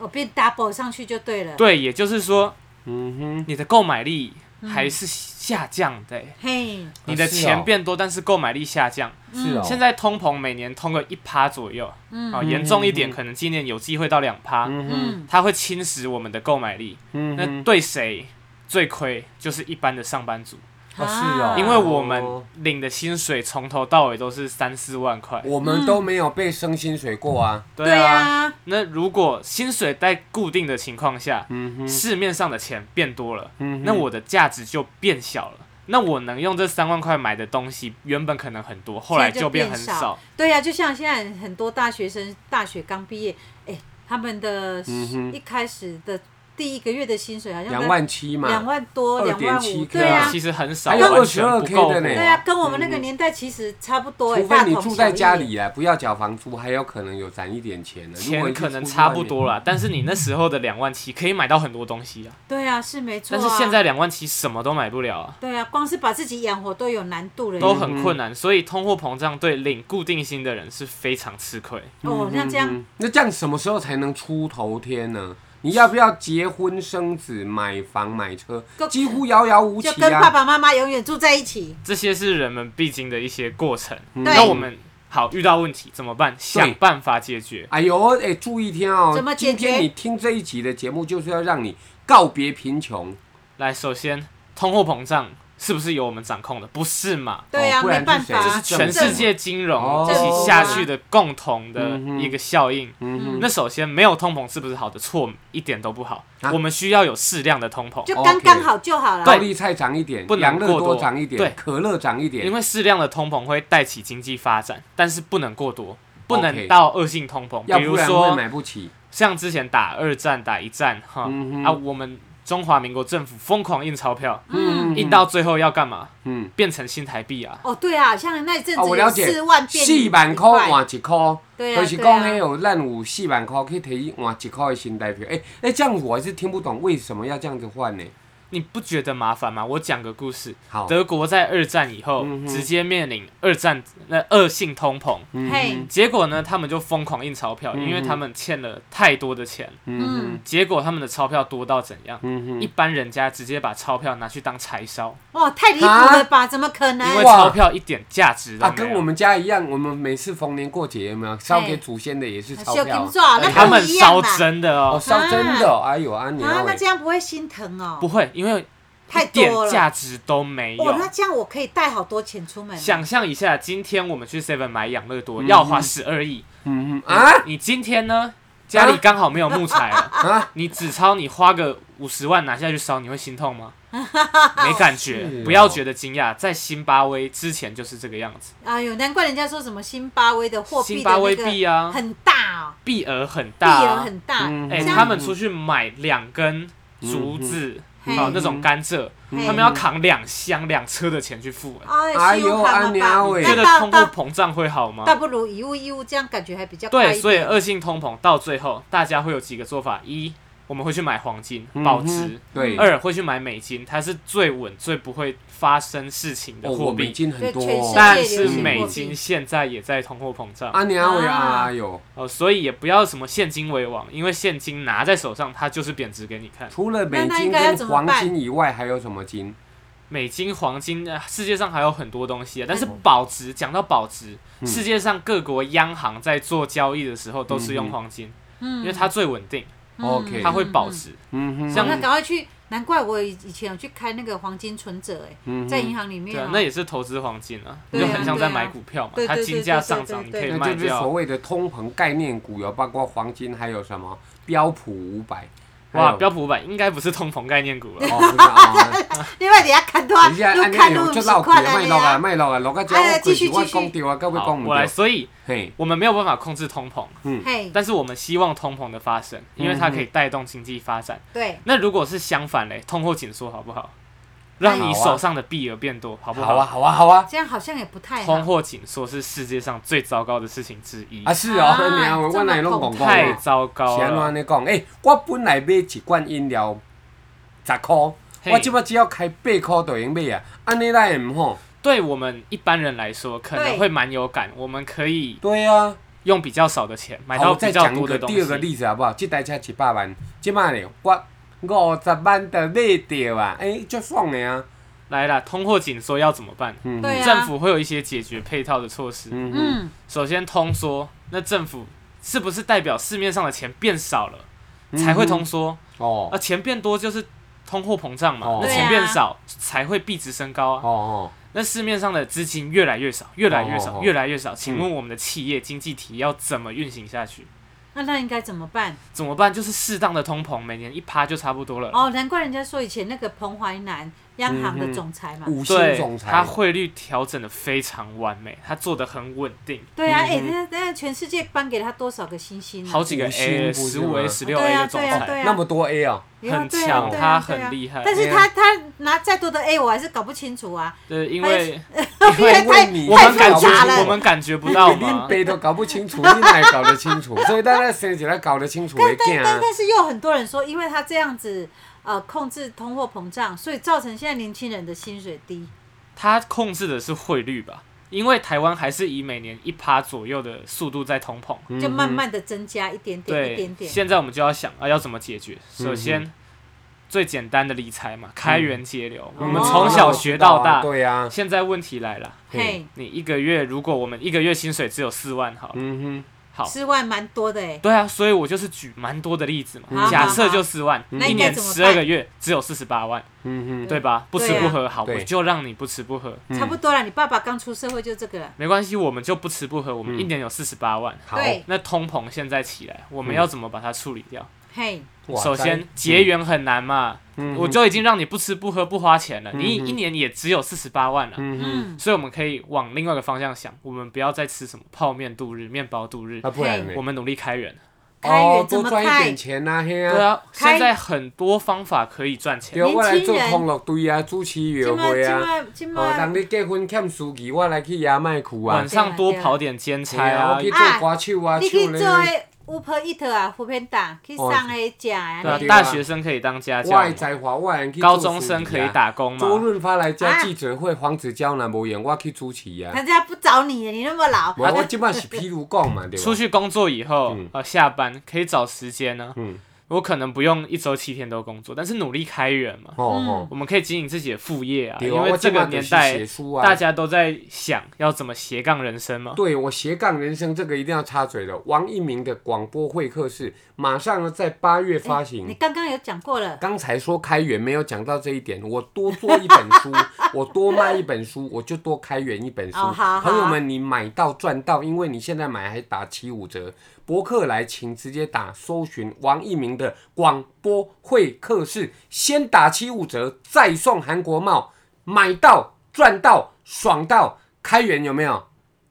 [SPEAKER 2] 我变 double 上去就对了。
[SPEAKER 3] 对，也就是说
[SPEAKER 1] 嗯哼，
[SPEAKER 3] 你的购买力
[SPEAKER 2] 嗯
[SPEAKER 3] 还是下降的欸、
[SPEAKER 2] 嘿，
[SPEAKER 3] 你的
[SPEAKER 1] 是哦
[SPEAKER 3] 钱变多，但是购买力下降。
[SPEAKER 1] 是哦。
[SPEAKER 3] 嗯现在通膨每年通个一趴左右，
[SPEAKER 2] 嗯
[SPEAKER 3] 啊，严重一点
[SPEAKER 1] 嗯
[SPEAKER 3] 可能今年有机会到两趴，
[SPEAKER 1] 嗯
[SPEAKER 2] 嗯，
[SPEAKER 3] 它会侵蚀我们的购买力。
[SPEAKER 1] 哼，
[SPEAKER 3] 那对谁最亏？就是一般的上班族，
[SPEAKER 1] 哦是
[SPEAKER 2] 啊
[SPEAKER 1] 哦
[SPEAKER 3] 因为我们
[SPEAKER 1] 哦
[SPEAKER 3] 领的薪水从头到尾都是三四万块。
[SPEAKER 1] 我们都没有被升薪水过啊。
[SPEAKER 2] 对
[SPEAKER 3] 啊，
[SPEAKER 2] 啊，
[SPEAKER 3] 那如果薪水在固定的情况下，
[SPEAKER 1] 嗯哼，
[SPEAKER 3] 市面上的钱变多了，
[SPEAKER 1] 嗯哼
[SPEAKER 3] 那我的价值就变小了。那我能用这三万块买的东西，原本可能很多，后来
[SPEAKER 2] 现在就
[SPEAKER 3] 变很
[SPEAKER 2] 变
[SPEAKER 3] 少
[SPEAKER 2] 少。对呀、就像现在很多大学生大学刚毕业，哎、他们的
[SPEAKER 1] 嗯哼
[SPEAKER 2] 一开始的第一个月的薪水好像
[SPEAKER 1] 两
[SPEAKER 2] 在
[SPEAKER 1] 万七嘛，
[SPEAKER 2] 两万多、两万五，
[SPEAKER 1] 2.7K
[SPEAKER 2] 对呀、
[SPEAKER 1] 啊
[SPEAKER 3] 其实很少，
[SPEAKER 1] 还有
[SPEAKER 3] 完全不够
[SPEAKER 1] 22K 的呢
[SPEAKER 2] 对
[SPEAKER 3] 我。
[SPEAKER 2] 呀、跟我们那个年代其实差不多、
[SPEAKER 1] 嗯
[SPEAKER 2] 哎，
[SPEAKER 1] 除非你
[SPEAKER 2] 大同
[SPEAKER 1] 住在
[SPEAKER 2] 小异
[SPEAKER 1] 家，里啊，不要缴房租，还有可能有攒一点钱呢。如果
[SPEAKER 3] 钱
[SPEAKER 1] 你是
[SPEAKER 3] 可能
[SPEAKER 1] 出去
[SPEAKER 3] 差
[SPEAKER 1] 外
[SPEAKER 3] 不
[SPEAKER 1] 面，
[SPEAKER 3] 多啦，但是你那时候的两万七可以买到很多东西啊，
[SPEAKER 2] 对呀、是没错、
[SPEAKER 3] 但
[SPEAKER 2] 啊。
[SPEAKER 3] 是现，在两万七什么都买不了啊，
[SPEAKER 2] 对呀、光是把自己养活都有难度了。
[SPEAKER 1] 嗯
[SPEAKER 3] 都很困难，所以通货膨胀对领固定薪的人是非常吃亏。
[SPEAKER 2] 哦，那这样、
[SPEAKER 1] 嗯那这样什么时候才能出头天呢？你要不要结婚生子、买房买车
[SPEAKER 2] 就？
[SPEAKER 1] 几乎遥遥无期
[SPEAKER 2] 就跟爸
[SPEAKER 1] 啊！
[SPEAKER 2] 爸妈妈永远住在一起。
[SPEAKER 3] 这些是人们必经的一些过程。
[SPEAKER 1] 嗯
[SPEAKER 3] 那我们好遇到问题怎么办？想办法解决。
[SPEAKER 1] 哎呦，哎、注意听哦！
[SPEAKER 2] 怎么解决
[SPEAKER 1] 今天你听这一集的节目，就是要让你告别贫穷，
[SPEAKER 3] 来，首先通货膨胀是不是由我们掌控的？不是嘛？
[SPEAKER 2] 对
[SPEAKER 1] 哦
[SPEAKER 2] 呀、
[SPEAKER 1] 不然
[SPEAKER 2] 没办法、
[SPEAKER 1] 是谁啊
[SPEAKER 3] 这是
[SPEAKER 2] 啊。
[SPEAKER 3] 全世界金融
[SPEAKER 1] 哦
[SPEAKER 3] 一起下去的共同的一个效应。
[SPEAKER 1] 嗯
[SPEAKER 3] 那首先，没有通膨是不是好的？错，一点都不好
[SPEAKER 1] 啊。
[SPEAKER 3] 我们需要有适量的通膨，
[SPEAKER 2] 就
[SPEAKER 1] 哦
[SPEAKER 2] 刚刚好就好了。
[SPEAKER 1] 高丽菜涨一点
[SPEAKER 3] 不，能
[SPEAKER 1] 羊乐
[SPEAKER 3] 过
[SPEAKER 1] 多
[SPEAKER 3] 多
[SPEAKER 1] 涨一点
[SPEAKER 3] 对，
[SPEAKER 1] 可乐涨一点
[SPEAKER 3] 因。为适量的通膨会带起经济发展，但是不能过多，不
[SPEAKER 1] OK
[SPEAKER 3] 能到恶性通膨。
[SPEAKER 1] 要
[SPEAKER 3] 比
[SPEAKER 1] 不
[SPEAKER 3] 如
[SPEAKER 1] 然会
[SPEAKER 3] 说，
[SPEAKER 1] 买不起。
[SPEAKER 3] 像之前打二战、打一战哈
[SPEAKER 1] 嗯哼
[SPEAKER 3] 啊，我们中华民国政府疯狂印钞票，
[SPEAKER 1] 嗯
[SPEAKER 3] 印到最后要干嘛？
[SPEAKER 1] 嗯，
[SPEAKER 3] 变成新台币啊。
[SPEAKER 2] 哦，对啊，像那阵
[SPEAKER 1] 啊，我
[SPEAKER 2] 子
[SPEAKER 1] 了
[SPEAKER 2] 有
[SPEAKER 1] 解
[SPEAKER 2] 四万，变
[SPEAKER 1] 四万
[SPEAKER 2] 块，
[SPEAKER 1] 块换一块。
[SPEAKER 2] 对啊，
[SPEAKER 1] 就是讲，迄
[SPEAKER 2] 对啊
[SPEAKER 1] 有咱有四万块去提换一块的新台票，哎、欸、哎、这样我还是听不懂为什么要这样子换呢、
[SPEAKER 3] 你不觉得麻烦吗？我讲个故事。
[SPEAKER 1] 好，
[SPEAKER 3] 德国在二战以后、
[SPEAKER 1] 嗯哼
[SPEAKER 3] 直接面临二战那恶性通膨，
[SPEAKER 1] 嗯
[SPEAKER 2] 嘿，
[SPEAKER 3] 结果呢，他们就疯狂印钞票，
[SPEAKER 1] 嗯哼
[SPEAKER 3] 因为他们欠了太多的钱。
[SPEAKER 1] 嗯哼，
[SPEAKER 3] 结果他们的钞票多到怎样？
[SPEAKER 1] 嗯
[SPEAKER 3] 一
[SPEAKER 1] 哼，
[SPEAKER 3] 般人家直接把钞票拿去当柴烧，
[SPEAKER 2] 哇，太离谱了吧？怎么可
[SPEAKER 3] 啊因为
[SPEAKER 2] 能？
[SPEAKER 3] 钞票一点价值都
[SPEAKER 1] 啊，
[SPEAKER 3] 没
[SPEAKER 1] 跟
[SPEAKER 3] 有。
[SPEAKER 1] 我们家一样，我们每次逢年过节有没有烧给
[SPEAKER 2] 嘿
[SPEAKER 1] 祖先的也是钞
[SPEAKER 2] 小
[SPEAKER 1] 票
[SPEAKER 2] 金，
[SPEAKER 1] 哎
[SPEAKER 2] 爪，啊那
[SPEAKER 3] 他们
[SPEAKER 2] 不一样
[SPEAKER 3] 烧
[SPEAKER 2] 啦。
[SPEAKER 3] 真的
[SPEAKER 1] 哦，
[SPEAKER 3] 哦，
[SPEAKER 1] 烧真的哦，哎呦，啊你
[SPEAKER 2] 啊，
[SPEAKER 1] 啊
[SPEAKER 2] 那
[SPEAKER 1] 喂
[SPEAKER 2] 这，样不会心疼哦？
[SPEAKER 3] 不会，因为
[SPEAKER 2] 太
[SPEAKER 3] 一点
[SPEAKER 2] 多了
[SPEAKER 3] 价值都没
[SPEAKER 2] 哦，那
[SPEAKER 3] 有。
[SPEAKER 2] 这样我可以带好多钱出门。啊
[SPEAKER 3] 想象一下，今天我们去 Seven 买养乐
[SPEAKER 1] 嗯
[SPEAKER 3] 多，要花十二亿。
[SPEAKER 1] 嗯哼啊
[SPEAKER 3] 你今天呢，家里刚好没有木材了，
[SPEAKER 1] 啊，
[SPEAKER 3] 你纸钞你花个五十万拿下去烧，你会心 痛吗？没感觉，
[SPEAKER 1] 是哦
[SPEAKER 3] 不要觉得惊讶，在津巴威之前就是这个样子，
[SPEAKER 2] 哎呦，难怪人家说什么津巴威的货币
[SPEAKER 3] 津
[SPEAKER 2] 的
[SPEAKER 3] 巴威
[SPEAKER 2] 那
[SPEAKER 3] 币
[SPEAKER 2] 个
[SPEAKER 3] 啊，
[SPEAKER 2] 很大哦，
[SPEAKER 3] 币额很
[SPEAKER 2] 币
[SPEAKER 3] 大、
[SPEAKER 2] 额
[SPEAKER 3] 啊，
[SPEAKER 2] 很大。
[SPEAKER 1] 嗯
[SPEAKER 3] 哎、
[SPEAKER 2] 这样
[SPEAKER 3] 他们出去买两根竹子，
[SPEAKER 2] 嗯
[SPEAKER 3] 哦
[SPEAKER 2] 嘿，嗯
[SPEAKER 3] 那种甘蔗，
[SPEAKER 2] 嘿
[SPEAKER 3] 他们要扛两箱两车的钱去付、
[SPEAKER 1] 哎
[SPEAKER 3] 哎
[SPEAKER 2] 哎，信
[SPEAKER 1] 呦
[SPEAKER 2] 用卡
[SPEAKER 1] 安妮啊
[SPEAKER 2] 嘛吧，
[SPEAKER 1] 喂
[SPEAKER 3] 觉得
[SPEAKER 2] 那
[SPEAKER 3] 通
[SPEAKER 2] 倒
[SPEAKER 3] 货
[SPEAKER 2] 倒
[SPEAKER 3] 膨胀会好吗？
[SPEAKER 2] 倒不如一物一物，这样感觉还比较快
[SPEAKER 3] 对，
[SPEAKER 2] 一
[SPEAKER 3] 所以
[SPEAKER 2] 点。哦
[SPEAKER 3] 恶性通膨到最后，大家会有几个做法：一，我们会去买黄金保值。
[SPEAKER 1] 嗯哼对，
[SPEAKER 3] 二会去买美金，它是最稳、最不会发生事情的
[SPEAKER 1] 哦，
[SPEAKER 3] 货
[SPEAKER 1] 我们已
[SPEAKER 3] 币。
[SPEAKER 1] 经很多、
[SPEAKER 2] 对全世
[SPEAKER 1] 哦，
[SPEAKER 2] 界
[SPEAKER 3] 但是
[SPEAKER 2] 流行货币
[SPEAKER 3] 美金现在也在通货膨胀
[SPEAKER 1] 啊你啊喂啊
[SPEAKER 2] 啊
[SPEAKER 1] 哎呦，
[SPEAKER 3] 哦，所以也不要什么现金为王，因为现金拿在手上它就是贬值给你看。
[SPEAKER 1] 除了美
[SPEAKER 2] 那那
[SPEAKER 1] 金
[SPEAKER 2] 应该要
[SPEAKER 1] 跟
[SPEAKER 2] 怎么
[SPEAKER 1] 黄
[SPEAKER 2] 办
[SPEAKER 1] 金以外，还有什么金？
[SPEAKER 3] 美金、黄金，呃世界上还有很多东西啊。但是
[SPEAKER 1] 嗯
[SPEAKER 3] 保值，讲到保值，世界上各国央行在做交易的时候都是用黄金，
[SPEAKER 2] 嗯
[SPEAKER 3] 因为它最稳定，
[SPEAKER 1] 嗯 OK，
[SPEAKER 3] 它会保值。
[SPEAKER 1] 嗯哼，
[SPEAKER 3] 像
[SPEAKER 2] 那赶快去，难怪我以以前有去开那个黄金存折，哎，
[SPEAKER 1] 嗯哼
[SPEAKER 2] 在银行里面
[SPEAKER 3] 对
[SPEAKER 2] 哦
[SPEAKER 3] 啊，那也是投资黄金啊，你
[SPEAKER 2] 对
[SPEAKER 3] 就
[SPEAKER 2] 啊
[SPEAKER 3] 很像在
[SPEAKER 2] 对啊
[SPEAKER 3] 买股票嘛
[SPEAKER 2] 对，
[SPEAKER 3] 它
[SPEAKER 2] 对对
[SPEAKER 3] 金
[SPEAKER 2] 对
[SPEAKER 3] 价
[SPEAKER 2] 对
[SPEAKER 3] 上
[SPEAKER 2] 对
[SPEAKER 3] 涨，你
[SPEAKER 2] 对
[SPEAKER 3] 可以
[SPEAKER 2] 对
[SPEAKER 1] 那
[SPEAKER 3] 卖
[SPEAKER 1] 就是所
[SPEAKER 3] 掉。
[SPEAKER 1] 谓的通膨概念股，有包括黄金，还有什么标普五百，还
[SPEAKER 3] 哇，
[SPEAKER 1] 有
[SPEAKER 3] 标普五百应该不是通膨概念股 了，
[SPEAKER 1] 哦，不是 啊，
[SPEAKER 2] 另外底下看到，
[SPEAKER 1] 等一下，
[SPEAKER 2] 啊又
[SPEAKER 1] 安尼
[SPEAKER 2] 看
[SPEAKER 1] 就
[SPEAKER 2] 都
[SPEAKER 1] 落去
[SPEAKER 2] 五块
[SPEAKER 1] 了，卖
[SPEAKER 2] 来
[SPEAKER 1] 落啊，
[SPEAKER 2] 呀，
[SPEAKER 1] 卖落啊，落个只
[SPEAKER 2] 哎
[SPEAKER 1] 我
[SPEAKER 2] 继续
[SPEAKER 1] 我
[SPEAKER 2] 继续
[SPEAKER 1] 讲掉啊，到尾
[SPEAKER 3] 好
[SPEAKER 1] 讲，唔
[SPEAKER 3] 我来，
[SPEAKER 1] 掉，
[SPEAKER 3] 所以
[SPEAKER 1] 嘿，
[SPEAKER 3] 我们没有办法控制通膨，
[SPEAKER 2] 嘿，
[SPEAKER 3] 但是我们希望通膨的发生，
[SPEAKER 1] 嗯
[SPEAKER 3] 因为它可以带动经济发展。
[SPEAKER 2] 对，
[SPEAKER 3] 那如果是相反嘞，通货紧缩好不好？让
[SPEAKER 1] 好啊
[SPEAKER 3] 你手上的币额变多，好不
[SPEAKER 1] 好啊，？好啊，好啊，
[SPEAKER 2] 这样好像也不太
[SPEAKER 3] 通
[SPEAKER 2] 好。
[SPEAKER 3] 货紧缩是世界上最糟糕的事情之一
[SPEAKER 1] 啊，是哦，
[SPEAKER 2] 啊
[SPEAKER 1] 你啊，我我哪会拢讲
[SPEAKER 2] 这么
[SPEAKER 1] 过
[SPEAKER 2] 恐
[SPEAKER 3] 太
[SPEAKER 1] 啊？
[SPEAKER 3] 糟糕
[SPEAKER 1] 是安怎
[SPEAKER 3] 了
[SPEAKER 1] 安。尼讲？诶，我本来买一罐饮料十箍，
[SPEAKER 3] 嘿
[SPEAKER 1] 我即摆只要开八箍就用买啊，安尼咱会毋好？
[SPEAKER 3] 对我们一般人来说，可能
[SPEAKER 2] 对
[SPEAKER 3] 会蛮有感。我们可以
[SPEAKER 1] 对啊。
[SPEAKER 3] 用比较少的钱买
[SPEAKER 1] 好，
[SPEAKER 3] 到
[SPEAKER 1] 我再
[SPEAKER 3] 比较
[SPEAKER 1] 讲一
[SPEAKER 3] 多
[SPEAKER 1] 个
[SPEAKER 3] 的东
[SPEAKER 1] 第二个
[SPEAKER 3] 西。
[SPEAKER 1] 例子好不好？这台车一百万，即卖呢，我五十万就买着啊，诶、足爽的啊。
[SPEAKER 3] 来啦，通货紧缩要怎么办？
[SPEAKER 1] 嗯
[SPEAKER 2] 对啊
[SPEAKER 3] 政府会有一些解决配套的措施。
[SPEAKER 1] 嗯哼，
[SPEAKER 2] 嗯，
[SPEAKER 3] 首先通缩，那政府是不是代表市面上的钱变少了
[SPEAKER 1] 嗯
[SPEAKER 3] 才会通缩？啊，
[SPEAKER 1] 哦
[SPEAKER 3] 钱变多就是通货膨胀嘛，
[SPEAKER 1] 哦
[SPEAKER 3] 那
[SPEAKER 2] 对
[SPEAKER 3] 钱
[SPEAKER 2] 啊
[SPEAKER 3] 变少才会币值升高啊。
[SPEAKER 1] 哦哦，
[SPEAKER 3] 那市面上的资金越来越少，越来越
[SPEAKER 1] 哦哦
[SPEAKER 3] 少，
[SPEAKER 1] 哦
[SPEAKER 3] 越来越少。请问我们的企业经济体要怎么运行下去？
[SPEAKER 2] 那那应该怎么办？
[SPEAKER 3] 怎么办？就是适当的通膨，每年一趴就差不多了。
[SPEAKER 2] 哦，难怪人家说以前那个彭淮南央行的总裁嘛，
[SPEAKER 1] 五星
[SPEAKER 3] 对
[SPEAKER 1] 总，裁
[SPEAKER 3] 它，汇率调整的非常完美，它做的很稳定，
[SPEAKER 2] 对啊，哎，那那全世界颁给他多少个星星啊？
[SPEAKER 3] 嗯好几个
[SPEAKER 1] 五星
[SPEAKER 3] A、
[SPEAKER 1] 不是
[SPEAKER 3] 十
[SPEAKER 1] 吗
[SPEAKER 3] 五 A、十六
[SPEAKER 2] 对
[SPEAKER 3] A
[SPEAKER 2] 啊
[SPEAKER 3] 的总
[SPEAKER 2] 对啊对
[SPEAKER 3] 裁，
[SPEAKER 2] 啊
[SPEAKER 1] 那么多 A 哦，
[SPEAKER 2] 有啊
[SPEAKER 3] 很
[SPEAKER 2] 对啊
[SPEAKER 3] 强
[SPEAKER 2] 对啊
[SPEAKER 3] 他
[SPEAKER 2] 对啊
[SPEAKER 3] 很厉害
[SPEAKER 2] 但是
[SPEAKER 1] 对
[SPEAKER 2] 他
[SPEAKER 1] 啊
[SPEAKER 2] 他拿再多的 A，我还是搞不清楚啊，
[SPEAKER 3] 对，因
[SPEAKER 2] 还有
[SPEAKER 3] 为
[SPEAKER 2] 因为
[SPEAKER 1] 因为
[SPEAKER 2] 太
[SPEAKER 1] 你
[SPEAKER 3] 我
[SPEAKER 2] 太
[SPEAKER 3] 们感
[SPEAKER 2] 复
[SPEAKER 3] 觉
[SPEAKER 2] 杂
[SPEAKER 3] 不我
[SPEAKER 2] 了。
[SPEAKER 3] 们感觉不
[SPEAKER 1] 你
[SPEAKER 3] 到
[SPEAKER 1] 恁
[SPEAKER 2] 啊
[SPEAKER 3] 嘛。
[SPEAKER 1] 爸都搞不清楚，你哪会搞得清 楚？所以咱咱生一个搞得清楚的
[SPEAKER 2] 但但但
[SPEAKER 1] 囝。啊
[SPEAKER 2] 但是又有很多人说，因为他这样子呃控制通货膨胀，所以造成现在年轻人的薪水低。
[SPEAKER 3] 它控制的是汇率吧？因为台湾还是以每年一趴左右的速度在通膨。
[SPEAKER 1] 嗯
[SPEAKER 2] 就慢慢的增加一点点，一
[SPEAKER 3] 嗯对
[SPEAKER 2] 点，点。
[SPEAKER 3] 现在我们就要想啊，要怎么解决？首先，最简单的理财嘛，开源节流。我
[SPEAKER 1] 嗯
[SPEAKER 3] 们
[SPEAKER 2] 哦
[SPEAKER 3] 从小学到
[SPEAKER 1] 啊
[SPEAKER 3] 大。
[SPEAKER 1] 对啊，
[SPEAKER 3] 现在问题来了，
[SPEAKER 2] 嘿，
[SPEAKER 3] 你一个月如果我们一个月薪水只有四万，好了，
[SPEAKER 1] 嗯
[SPEAKER 3] 好，
[SPEAKER 2] 之外蛮多的哎。
[SPEAKER 3] 对啊，所以我就是举蛮多的例子嘛。
[SPEAKER 2] 嗯
[SPEAKER 3] 假设就四万，
[SPEAKER 2] 那
[SPEAKER 3] 一
[SPEAKER 2] 应该
[SPEAKER 3] 年
[SPEAKER 2] 怎么
[SPEAKER 3] 十
[SPEAKER 2] 办
[SPEAKER 3] 二个月只有四十八万，
[SPEAKER 1] 哼，嗯
[SPEAKER 3] 对吧？不吃
[SPEAKER 2] 对啊
[SPEAKER 3] 不喝，好，
[SPEAKER 1] 对
[SPEAKER 3] 我就让你不吃不喝，
[SPEAKER 1] 哼，
[SPEAKER 2] 差不
[SPEAKER 1] 多。
[SPEAKER 2] 多了，你爸爸刚出社会就这个了。
[SPEAKER 3] 没关系，我们就不吃不喝，我
[SPEAKER 2] 嗯
[SPEAKER 3] 们一年有四十八万。
[SPEAKER 1] 好，
[SPEAKER 2] 对
[SPEAKER 3] 那通膨现在起来，我们要怎么把它处理掉？
[SPEAKER 2] 嘿，
[SPEAKER 1] 哇
[SPEAKER 3] 首先，结，缘很难嘛，
[SPEAKER 1] 嗯
[SPEAKER 3] 我就已经让你不吃不喝不花钱了，
[SPEAKER 1] 嗯
[SPEAKER 3] 你一年也只有四十八万了，
[SPEAKER 1] 嗯哼，
[SPEAKER 2] 嗯，
[SPEAKER 3] 所以我们可以往另外一个方向想，我们不要再吃什么泡面度日、面包度日
[SPEAKER 1] 啊，，不然呢
[SPEAKER 3] 我？们努力开源。
[SPEAKER 2] 开
[SPEAKER 1] 哦
[SPEAKER 2] 源，怎
[SPEAKER 1] 多
[SPEAKER 2] 么
[SPEAKER 1] 赚一
[SPEAKER 2] 开
[SPEAKER 1] 点？钱啊，嘿啊
[SPEAKER 3] 对。啊，
[SPEAKER 2] 开
[SPEAKER 3] 现在很多方法可以赚钱
[SPEAKER 1] 对，。我来做通乐队啊，主持约
[SPEAKER 2] 今
[SPEAKER 1] 会啊。
[SPEAKER 2] 麦今
[SPEAKER 1] 哦，
[SPEAKER 2] 麦
[SPEAKER 1] 人你结婚欠司机，我来去也卖去啊
[SPEAKER 3] 晚。上多跑点兼
[SPEAKER 1] 嘿
[SPEAKER 3] 差啊
[SPEAKER 1] 我去，做歌手啊，
[SPEAKER 2] 今麦，你去
[SPEAKER 1] 唱
[SPEAKER 2] 做
[SPEAKER 1] 咧。
[SPEAKER 2] 诶 Uber Eat 啊，Uber Panda 去上迄食
[SPEAKER 3] 对啊
[SPEAKER 2] 啊，
[SPEAKER 1] 对啊，
[SPEAKER 3] 大学生可以当家
[SPEAKER 1] 我
[SPEAKER 3] 教
[SPEAKER 1] 的，才华，我会去
[SPEAKER 3] 高
[SPEAKER 1] 做
[SPEAKER 3] 中
[SPEAKER 1] 司
[SPEAKER 3] 生
[SPEAKER 1] 机
[SPEAKER 3] 可以
[SPEAKER 1] 啊。
[SPEAKER 3] 打工
[SPEAKER 1] 周
[SPEAKER 3] 嘛。
[SPEAKER 1] 润发来加
[SPEAKER 2] 啊
[SPEAKER 1] 记者会，黄子佼若无闲，我去主持啊。
[SPEAKER 2] 人家不找你，你那么老，啊
[SPEAKER 1] 无，我即摆是譬如讲嘛，对吧
[SPEAKER 3] 出？去工作以后
[SPEAKER 1] 嗯，
[SPEAKER 3] 呃，下班可以找时间呢
[SPEAKER 1] 嗯。
[SPEAKER 3] 我可能不用一周七天都工作，但是努力开源嘛，
[SPEAKER 1] 吼吼，
[SPEAKER 3] 我们可以经营自己的副业啊。
[SPEAKER 1] 对
[SPEAKER 3] 因
[SPEAKER 1] 啊，我
[SPEAKER 3] 为
[SPEAKER 1] 即
[SPEAKER 3] 这
[SPEAKER 1] 摆
[SPEAKER 3] 个
[SPEAKER 1] 就
[SPEAKER 3] 年
[SPEAKER 1] 是
[SPEAKER 3] 代
[SPEAKER 1] 写书啊哦
[SPEAKER 3] 大。家都在想要怎么斜杠人生嘛。
[SPEAKER 1] 对我斜杠人生这个一定要插嘴了。王一鸣的广播会客室马上呢在八月发行
[SPEAKER 2] 你。刚刚有讲过了，
[SPEAKER 1] 刚才说开源没有讲到这一点，我多做一本书，我多卖一本书，我就多开源一本书。
[SPEAKER 2] 哦好好
[SPEAKER 1] 朋友们，你买到赚到，因为你现在买还打七五折。博客来，请直接打搜寻王一鸣的广播会客室，先打七五折，再送韩国帽，买到赚到爽到，开源有没有？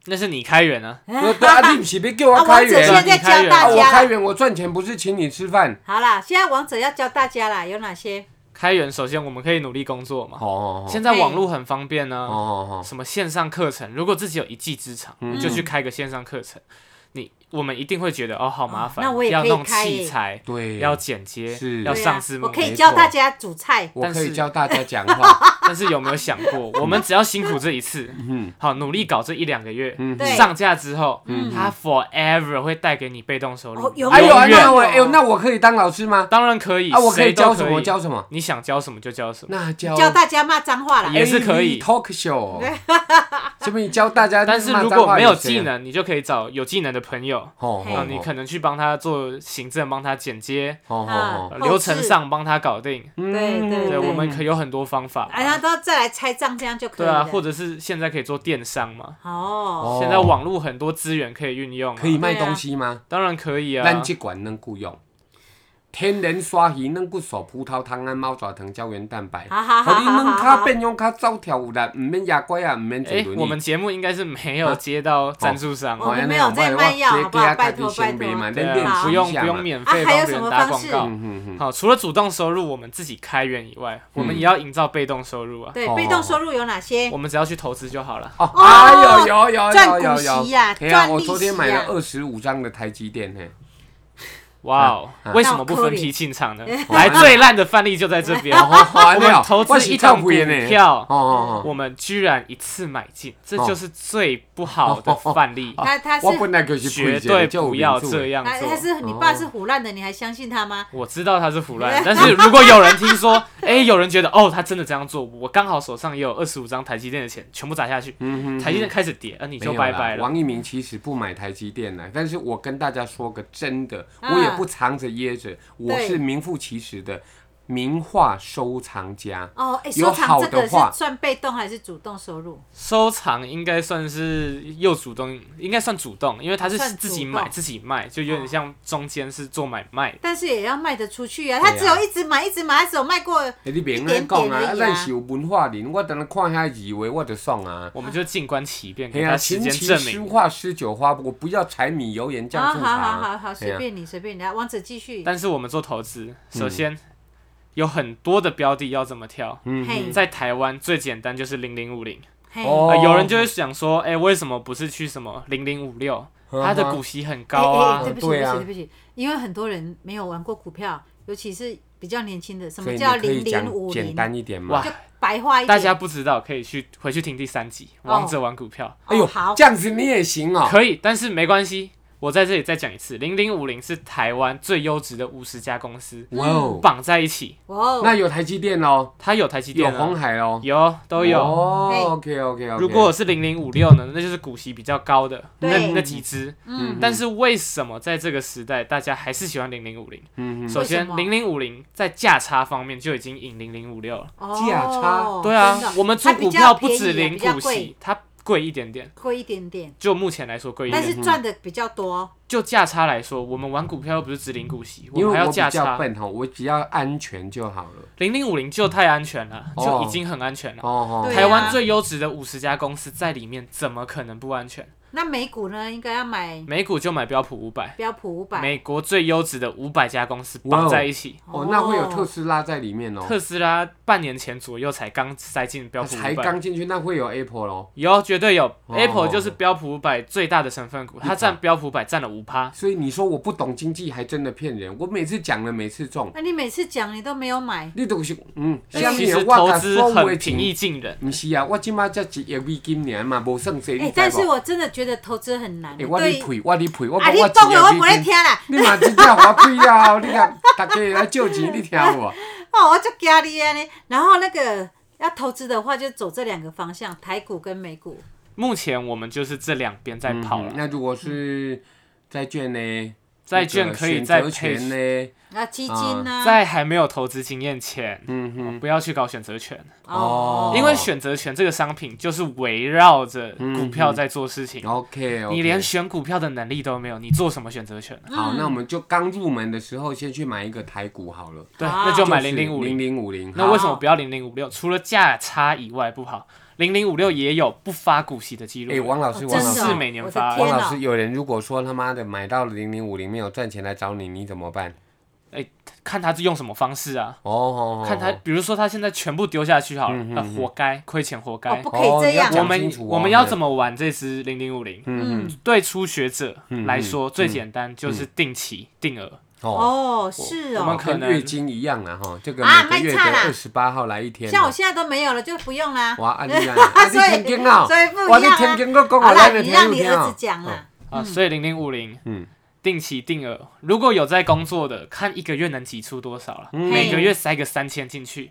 [SPEAKER 3] 那是你开源啊，
[SPEAKER 1] 我对啊，你不是别给我
[SPEAKER 2] 啊，
[SPEAKER 1] 开
[SPEAKER 2] 王者
[SPEAKER 1] 源
[SPEAKER 2] 现
[SPEAKER 3] 啊
[SPEAKER 2] 在在教
[SPEAKER 1] 啊！
[SPEAKER 2] 大
[SPEAKER 1] 我
[SPEAKER 2] 家
[SPEAKER 1] 开
[SPEAKER 2] 了。
[SPEAKER 1] 源，我赚钱不是请你吃饭。
[SPEAKER 2] 好啦，现在王者要教大家啦，有哪些？
[SPEAKER 3] 开源首先我们可以努力工作嘛。
[SPEAKER 1] 哦
[SPEAKER 3] 现在网络很方便啊呢、
[SPEAKER 1] 哦哦嗯
[SPEAKER 3] 什么线上课程，如果自己有一技之长，就去开个线上课程。你我们一定会觉得哦，好麻烦，
[SPEAKER 2] 哦那我也
[SPEAKER 3] 要
[SPEAKER 2] 可以
[SPEAKER 3] 弄
[SPEAKER 2] 开耶
[SPEAKER 3] 器材，
[SPEAKER 1] 嗯对
[SPEAKER 3] 要剪接
[SPEAKER 1] 是，
[SPEAKER 3] 要
[SPEAKER 2] 对啊
[SPEAKER 3] 上字幕
[SPEAKER 2] 我。可以
[SPEAKER 1] 没
[SPEAKER 2] 教
[SPEAKER 1] 错
[SPEAKER 2] 大家煮菜。
[SPEAKER 1] 我可
[SPEAKER 3] 但
[SPEAKER 1] 以
[SPEAKER 3] 是
[SPEAKER 1] 教大家讲话。
[SPEAKER 3] 但是有没有想 过，我们只要辛苦这一次，
[SPEAKER 1] 嗯
[SPEAKER 3] 好努力搞这一两个月，
[SPEAKER 1] 嗯
[SPEAKER 2] 对
[SPEAKER 3] 上架之后，
[SPEAKER 2] 嗯
[SPEAKER 3] 它 forever 会带给你被动收入。
[SPEAKER 2] 哦永
[SPEAKER 1] 哎呦，
[SPEAKER 2] 远
[SPEAKER 1] 那我哎呦，那我可以当老师吗？
[SPEAKER 3] 当然可以
[SPEAKER 1] 啊，我可
[SPEAKER 3] 谁
[SPEAKER 1] 以
[SPEAKER 3] 都
[SPEAKER 1] 教什么教什么？
[SPEAKER 3] 你想教什么就教什么。
[SPEAKER 1] 那教
[SPEAKER 2] 教大家骂脏话啦。
[SPEAKER 3] 也是可以
[SPEAKER 1] AV talk show，这边教大家骂
[SPEAKER 3] 但是
[SPEAKER 1] 脏话有谁啊，
[SPEAKER 3] 如果没有技能，你就可以找有技能的朋友，
[SPEAKER 1] 哦，
[SPEAKER 2] 嘿
[SPEAKER 1] 哦
[SPEAKER 3] 啊，你可能去帮他做行政，帮他剪接，
[SPEAKER 1] 哦哦
[SPEAKER 2] 嗯
[SPEAKER 1] 哦，
[SPEAKER 3] 流程上帮他搞定。
[SPEAKER 1] 嗯
[SPEAKER 2] 对对
[SPEAKER 3] 对，
[SPEAKER 2] 对
[SPEAKER 3] 我们可有很多方法。
[SPEAKER 2] 哎，然后再来拆账，这样就可以
[SPEAKER 3] 对
[SPEAKER 2] 了。
[SPEAKER 3] 啊，或者是现在可以做电商嘛，
[SPEAKER 2] 哦，
[SPEAKER 1] 哦
[SPEAKER 3] 现在网络很多资源可以运用啊。
[SPEAKER 1] 可以卖
[SPEAKER 2] 对啊
[SPEAKER 1] 东西吗？
[SPEAKER 3] 当然可以啊
[SPEAKER 1] 咱。即管能够用。天然鲨鱼软骨素、葡萄糖胺、猫爪藤、胶原蛋白，
[SPEAKER 2] 好好好
[SPEAKER 1] 互你
[SPEAKER 2] 好
[SPEAKER 1] 软
[SPEAKER 2] 好
[SPEAKER 1] 脚
[SPEAKER 2] 好。
[SPEAKER 1] 变用脚走跳有力，毋免压拐啊，毋免坐
[SPEAKER 3] 哎，
[SPEAKER 1] 轮椅。
[SPEAKER 3] 我们节目应该是没有接到赞助商，
[SPEAKER 2] 哦我
[SPEAKER 3] 啊，
[SPEAKER 2] 们没有在卖药好不好拜托拜托
[SPEAKER 1] 嘛，
[SPEAKER 3] 对
[SPEAKER 1] 练练
[SPEAKER 3] 啊，
[SPEAKER 1] 习
[SPEAKER 3] 不
[SPEAKER 1] 一
[SPEAKER 3] 用
[SPEAKER 1] 下
[SPEAKER 3] 不用
[SPEAKER 1] 嘛
[SPEAKER 3] 免
[SPEAKER 2] 啊
[SPEAKER 3] 费
[SPEAKER 2] 还有
[SPEAKER 3] 帮别
[SPEAKER 2] 什
[SPEAKER 3] 人
[SPEAKER 2] 么
[SPEAKER 3] 打
[SPEAKER 2] 方
[SPEAKER 3] 广
[SPEAKER 2] 式
[SPEAKER 3] 告。
[SPEAKER 1] 嗯哼哼，
[SPEAKER 3] 好，除了主动收入我们自己开源以外，
[SPEAKER 1] 嗯
[SPEAKER 3] 我们也要营造被动收入啊。
[SPEAKER 2] 对，
[SPEAKER 1] 哦
[SPEAKER 2] 被动收入有哪些
[SPEAKER 3] 我？们只要去投资就好了。
[SPEAKER 1] 哦，啊有有有
[SPEAKER 2] 赚
[SPEAKER 1] 有有
[SPEAKER 2] 股
[SPEAKER 1] 有
[SPEAKER 2] 息呀
[SPEAKER 1] 对啊，
[SPEAKER 2] 赚利息呀
[SPEAKER 1] 我昨天买了二十五张的台积电嘿，
[SPEAKER 3] 哇哦，
[SPEAKER 1] 啊
[SPEAKER 3] 为什么不分批进场 呢？
[SPEAKER 1] 可怜
[SPEAKER 3] 来，最烂的范例就在这边。
[SPEAKER 2] 哦
[SPEAKER 1] 我
[SPEAKER 3] 我们投资一张股
[SPEAKER 1] 哦
[SPEAKER 3] 票，
[SPEAKER 1] 哦哦，
[SPEAKER 3] 我们居然一次买进，这
[SPEAKER 1] 啊
[SPEAKER 3] 就是最不好的范例，
[SPEAKER 2] 他他是
[SPEAKER 1] 我本来啊就是
[SPEAKER 3] 绝对不要这
[SPEAKER 1] 样。
[SPEAKER 3] 样
[SPEAKER 2] 他
[SPEAKER 3] 做
[SPEAKER 2] 他。是你
[SPEAKER 1] 哦
[SPEAKER 2] 爸是胡乱的，你还相信他吗？
[SPEAKER 3] 我知道哎他是腐烂，但是如果有人听说， 哎，有人觉得哦，他真的这样做，我刚好手上也有二十五张台积电的钱，全部砸下去，
[SPEAKER 1] 嗯哼，
[SPEAKER 3] 台积电开始跌，那啊你
[SPEAKER 1] 没
[SPEAKER 3] 就
[SPEAKER 1] 有
[SPEAKER 3] 拜
[SPEAKER 1] 啦
[SPEAKER 3] 拜了。
[SPEAKER 1] 王一鸣其实不买台积电啊了，但是我跟大家说个真的，
[SPEAKER 2] 啊
[SPEAKER 1] 我也不藏着掖着，我
[SPEAKER 2] 对
[SPEAKER 1] 是名副其实的名画收藏家。
[SPEAKER 2] 哦，哎，
[SPEAKER 1] 有
[SPEAKER 2] 收藏
[SPEAKER 1] 好
[SPEAKER 2] 这个
[SPEAKER 1] 的
[SPEAKER 2] 是
[SPEAKER 1] 话
[SPEAKER 2] 算被动还是主动收入？
[SPEAKER 3] 收藏应该算是又主动，应该算主动，因为他是
[SPEAKER 2] 算主
[SPEAKER 3] 自己
[SPEAKER 2] 动
[SPEAKER 3] 买自己卖，就有点像中间是做买卖的
[SPEAKER 2] 但是也要卖得出去啊！
[SPEAKER 1] 对啊
[SPEAKER 2] 他只有一直买，一直买，他只有卖过
[SPEAKER 1] 欸、你别安
[SPEAKER 2] 一
[SPEAKER 1] 尼
[SPEAKER 2] 点
[SPEAKER 1] 讲
[SPEAKER 2] 点而已
[SPEAKER 1] 啊，
[SPEAKER 2] 啊
[SPEAKER 1] 咱是有文化人，我等下看遐字画我就爽啊。
[SPEAKER 3] 我们就静观其变，
[SPEAKER 1] 嘿
[SPEAKER 3] 给
[SPEAKER 1] 啊，
[SPEAKER 3] 他时
[SPEAKER 1] 琴
[SPEAKER 3] 间
[SPEAKER 1] 棋
[SPEAKER 3] 证
[SPEAKER 1] 书
[SPEAKER 3] 明。
[SPEAKER 1] 画诗酒花，我不要柴米油盐酱
[SPEAKER 2] 啊，
[SPEAKER 1] 醋
[SPEAKER 2] 好
[SPEAKER 1] 茶啊。
[SPEAKER 2] 好好好，
[SPEAKER 1] 嘿
[SPEAKER 2] 随
[SPEAKER 1] 啊
[SPEAKER 2] 便你，随便你，来，王者继续。
[SPEAKER 3] 但是我们做投资，首先有很多的标的要怎么挑。
[SPEAKER 2] 嘿，
[SPEAKER 3] 在台湾最简单就是零零五零，
[SPEAKER 2] 嘿，
[SPEAKER 1] 哦
[SPEAKER 3] 呃有人就会想说，哎、为什么不是去什么零零五六？
[SPEAKER 1] 嗯哼
[SPEAKER 3] 它的股息很高
[SPEAKER 2] 哎
[SPEAKER 3] 啊
[SPEAKER 2] 哎，对不起，
[SPEAKER 1] 对
[SPEAKER 2] 对
[SPEAKER 1] 啊
[SPEAKER 2] 不起，对不起，因为很多人没有玩过股票，尤其是比较年轻的，什
[SPEAKER 1] 所
[SPEAKER 2] 么
[SPEAKER 1] 以
[SPEAKER 2] 叫
[SPEAKER 1] 你可
[SPEAKER 2] 零
[SPEAKER 1] 以
[SPEAKER 2] 零
[SPEAKER 1] 讲
[SPEAKER 2] 五
[SPEAKER 1] 简
[SPEAKER 2] 零？
[SPEAKER 1] 单一点嘛
[SPEAKER 3] 哇。
[SPEAKER 2] 就白话一点。
[SPEAKER 3] 大家不知道可以去回去听第三集《
[SPEAKER 2] 哎哦
[SPEAKER 3] 王者玩股票
[SPEAKER 2] 哦
[SPEAKER 1] 哎呦
[SPEAKER 2] 好，
[SPEAKER 1] 这样子你也行哦。》，
[SPEAKER 3] 可以，但是没关系，我在这里再讲一次，零零五零是台湾最优质的五十家公司
[SPEAKER 1] 哇哦，
[SPEAKER 3] 绑在一起，
[SPEAKER 2] 哦，
[SPEAKER 1] 那有台积电哦，
[SPEAKER 3] 它有台积
[SPEAKER 1] 有
[SPEAKER 3] 电啊、
[SPEAKER 1] 红海哦，
[SPEAKER 3] 有都有。
[SPEAKER 2] 嘿
[SPEAKER 1] 哦，OK OK OK。
[SPEAKER 3] 如果是零零五六呢，那就是股息比较高的那
[SPEAKER 2] 对
[SPEAKER 3] 那几只。
[SPEAKER 1] 嗯
[SPEAKER 3] 但是为什么在这个时代，大家还是喜欢零零五零？
[SPEAKER 1] 嗯
[SPEAKER 3] 首先
[SPEAKER 2] 为什，么
[SPEAKER 3] 零零五零在价差方面就已经赢零零五六了。
[SPEAKER 2] 哦
[SPEAKER 1] 价差
[SPEAKER 3] 对啊
[SPEAKER 2] 真的，
[SPEAKER 3] 我们做
[SPEAKER 2] 它比
[SPEAKER 3] 股
[SPEAKER 2] 较
[SPEAKER 3] 票不
[SPEAKER 2] 便宜
[SPEAKER 3] 止零
[SPEAKER 2] 比较
[SPEAKER 3] 股
[SPEAKER 2] 贵
[SPEAKER 3] 息，它贵一点点。
[SPEAKER 2] 贵一点点，
[SPEAKER 3] 就目前来说贵一
[SPEAKER 2] 但
[SPEAKER 3] 点，
[SPEAKER 2] 是
[SPEAKER 1] 嗯
[SPEAKER 2] 赚的比较多。
[SPEAKER 3] 就价差来说，我们玩股票又不是只领股息，
[SPEAKER 1] 因
[SPEAKER 3] 们
[SPEAKER 1] 为
[SPEAKER 3] 还要
[SPEAKER 1] 我比
[SPEAKER 3] 价
[SPEAKER 1] 较
[SPEAKER 3] 差。
[SPEAKER 1] 笨哈，我只要安全就好了。
[SPEAKER 3] 零零五零就太安全了，
[SPEAKER 1] 哦
[SPEAKER 3] 就已经很安全了。
[SPEAKER 1] 哦
[SPEAKER 2] 对
[SPEAKER 1] 哦，
[SPEAKER 2] 啊
[SPEAKER 3] 台湾最优质的五十家公司在里面，怎么可能不安全？
[SPEAKER 2] 那美股呢，应该要买
[SPEAKER 3] 美股就买标普五百，
[SPEAKER 2] 标普五百。
[SPEAKER 3] 美国最优质的五百家公司
[SPEAKER 1] 哇
[SPEAKER 3] 绑
[SPEAKER 1] 哦
[SPEAKER 3] 在一起。
[SPEAKER 1] 哦，那会有特斯拉在里面哦。
[SPEAKER 3] 特斯拉半年前左右才刚塞进标普
[SPEAKER 1] 才
[SPEAKER 3] 五百，
[SPEAKER 1] 刚进去，那会有 Apple 咯。
[SPEAKER 3] 有绝对有、
[SPEAKER 1] 哦
[SPEAKER 3] Apple 就是标普五百最大的成分股，它占标普五百占了五趴。
[SPEAKER 1] 所以你说我不懂经济，还真的骗人。我每次讲了，每次中。
[SPEAKER 2] 那你每次讲你都没有买，
[SPEAKER 1] 你都是嗯，
[SPEAKER 3] 但其实
[SPEAKER 1] 像你我
[SPEAKER 3] 投
[SPEAKER 1] 把
[SPEAKER 3] 资
[SPEAKER 1] 所有的
[SPEAKER 3] 很平
[SPEAKER 1] 钱
[SPEAKER 3] 易近人，
[SPEAKER 1] 不是啊，我即马才一亿美金尔嘛，无算济，你
[SPEAKER 2] 哎、
[SPEAKER 1] 知无？
[SPEAKER 2] 但是我真的觉得投资很难。啊
[SPEAKER 1] 哎，我你
[SPEAKER 2] 对，
[SPEAKER 1] 赔，我你赔，我
[SPEAKER 2] 啊，你
[SPEAKER 1] 我
[SPEAKER 2] 懂了，我不
[SPEAKER 1] 一
[SPEAKER 2] 会
[SPEAKER 1] 亿美
[SPEAKER 2] 听
[SPEAKER 1] 金，
[SPEAKER 2] 啦。
[SPEAKER 1] 你嘛真正给我赔了，啊你看大家来借钱，你听有 无？
[SPEAKER 2] 哦，我就惊你安尼。然后那个要投资的话，就走这两个方向，台股跟美股。
[SPEAKER 3] 目前我们就是这两边在跑了。
[SPEAKER 1] 那如果是债券呢？
[SPEAKER 3] 债券可以再
[SPEAKER 1] 选择
[SPEAKER 3] 配
[SPEAKER 1] 权呢？
[SPEAKER 2] 啊，基金呢、
[SPEAKER 3] 在还没有投资经验前，哦
[SPEAKER 1] 嗯哼，
[SPEAKER 3] 不要去搞选择权，
[SPEAKER 1] 哦
[SPEAKER 3] 因为选择权这个商品就是围绕着股
[SPEAKER 1] 嗯
[SPEAKER 3] 票在做事
[SPEAKER 1] 哦
[SPEAKER 3] 情。
[SPEAKER 1] OK，
[SPEAKER 3] 你连选股票的能力都没有，你做什么选择权？
[SPEAKER 1] 好，那我们就刚入门的时候先去买一个台股好了，
[SPEAKER 3] 对，
[SPEAKER 2] 啊
[SPEAKER 3] 那就买
[SPEAKER 1] 是
[SPEAKER 3] 零零五零
[SPEAKER 1] 零。零五零。
[SPEAKER 3] 那为什么不要零零五六？除了价差以外不好，零零五六也有不发股息的记录。
[SPEAKER 1] 哎，王老师，
[SPEAKER 2] 哦
[SPEAKER 1] 王
[SPEAKER 2] 真
[SPEAKER 1] 老师
[SPEAKER 2] 的哦、
[SPEAKER 3] 是每年
[SPEAKER 2] 我的
[SPEAKER 3] 发
[SPEAKER 1] 王
[SPEAKER 2] 天
[SPEAKER 1] 老
[SPEAKER 2] 啊
[SPEAKER 1] 师，有人如果说他妈的买到了零零五零没有赚钱来找你，你怎么办？
[SPEAKER 3] 看他是用什么方式啊？
[SPEAKER 1] 哦哦，哦
[SPEAKER 3] 看他，
[SPEAKER 1] 哦
[SPEAKER 3] 比如说他现在全部丢下去好了，那活该亏钱，活该
[SPEAKER 2] 哦。不可以这样
[SPEAKER 1] 哦你要
[SPEAKER 3] 我
[SPEAKER 1] 讲
[SPEAKER 3] 们
[SPEAKER 1] 清楚哦
[SPEAKER 3] 我们要怎么玩这支零零五零？
[SPEAKER 1] 嗯嗯嗯
[SPEAKER 3] 对初学者来说，最简单就是定期定额，
[SPEAKER 1] 哦，
[SPEAKER 2] 哦，是
[SPEAKER 3] 我们
[SPEAKER 2] 哦，
[SPEAKER 3] 可
[SPEAKER 1] 跟
[SPEAKER 3] 能
[SPEAKER 1] 月经一样啊，哈，这个
[SPEAKER 2] 啊
[SPEAKER 1] 每个月
[SPEAKER 2] 卖菜
[SPEAKER 1] 的
[SPEAKER 2] 啦
[SPEAKER 1] 二十八号来一天
[SPEAKER 2] 像我
[SPEAKER 1] 哦。
[SPEAKER 2] 现在都没有了，就不用啦。
[SPEAKER 1] 哇，啊你 啊，啊你
[SPEAKER 2] 所以
[SPEAKER 1] 天天哦，
[SPEAKER 2] 所以不一样啊
[SPEAKER 1] 哇，你天天我讲
[SPEAKER 2] 好
[SPEAKER 1] 我
[SPEAKER 2] 啦，
[SPEAKER 1] 来的
[SPEAKER 2] 你
[SPEAKER 1] 天
[SPEAKER 2] 让
[SPEAKER 1] 有
[SPEAKER 2] 你
[SPEAKER 1] 天
[SPEAKER 2] 儿
[SPEAKER 1] 哦
[SPEAKER 2] 子，讲啦。
[SPEAKER 3] 啊，所以零零五零，
[SPEAKER 1] 嗯，
[SPEAKER 3] 定期定额，如果有在工作的，看一个月能挤出多少了，
[SPEAKER 1] 嗯
[SPEAKER 3] 每个月塞个三千进去，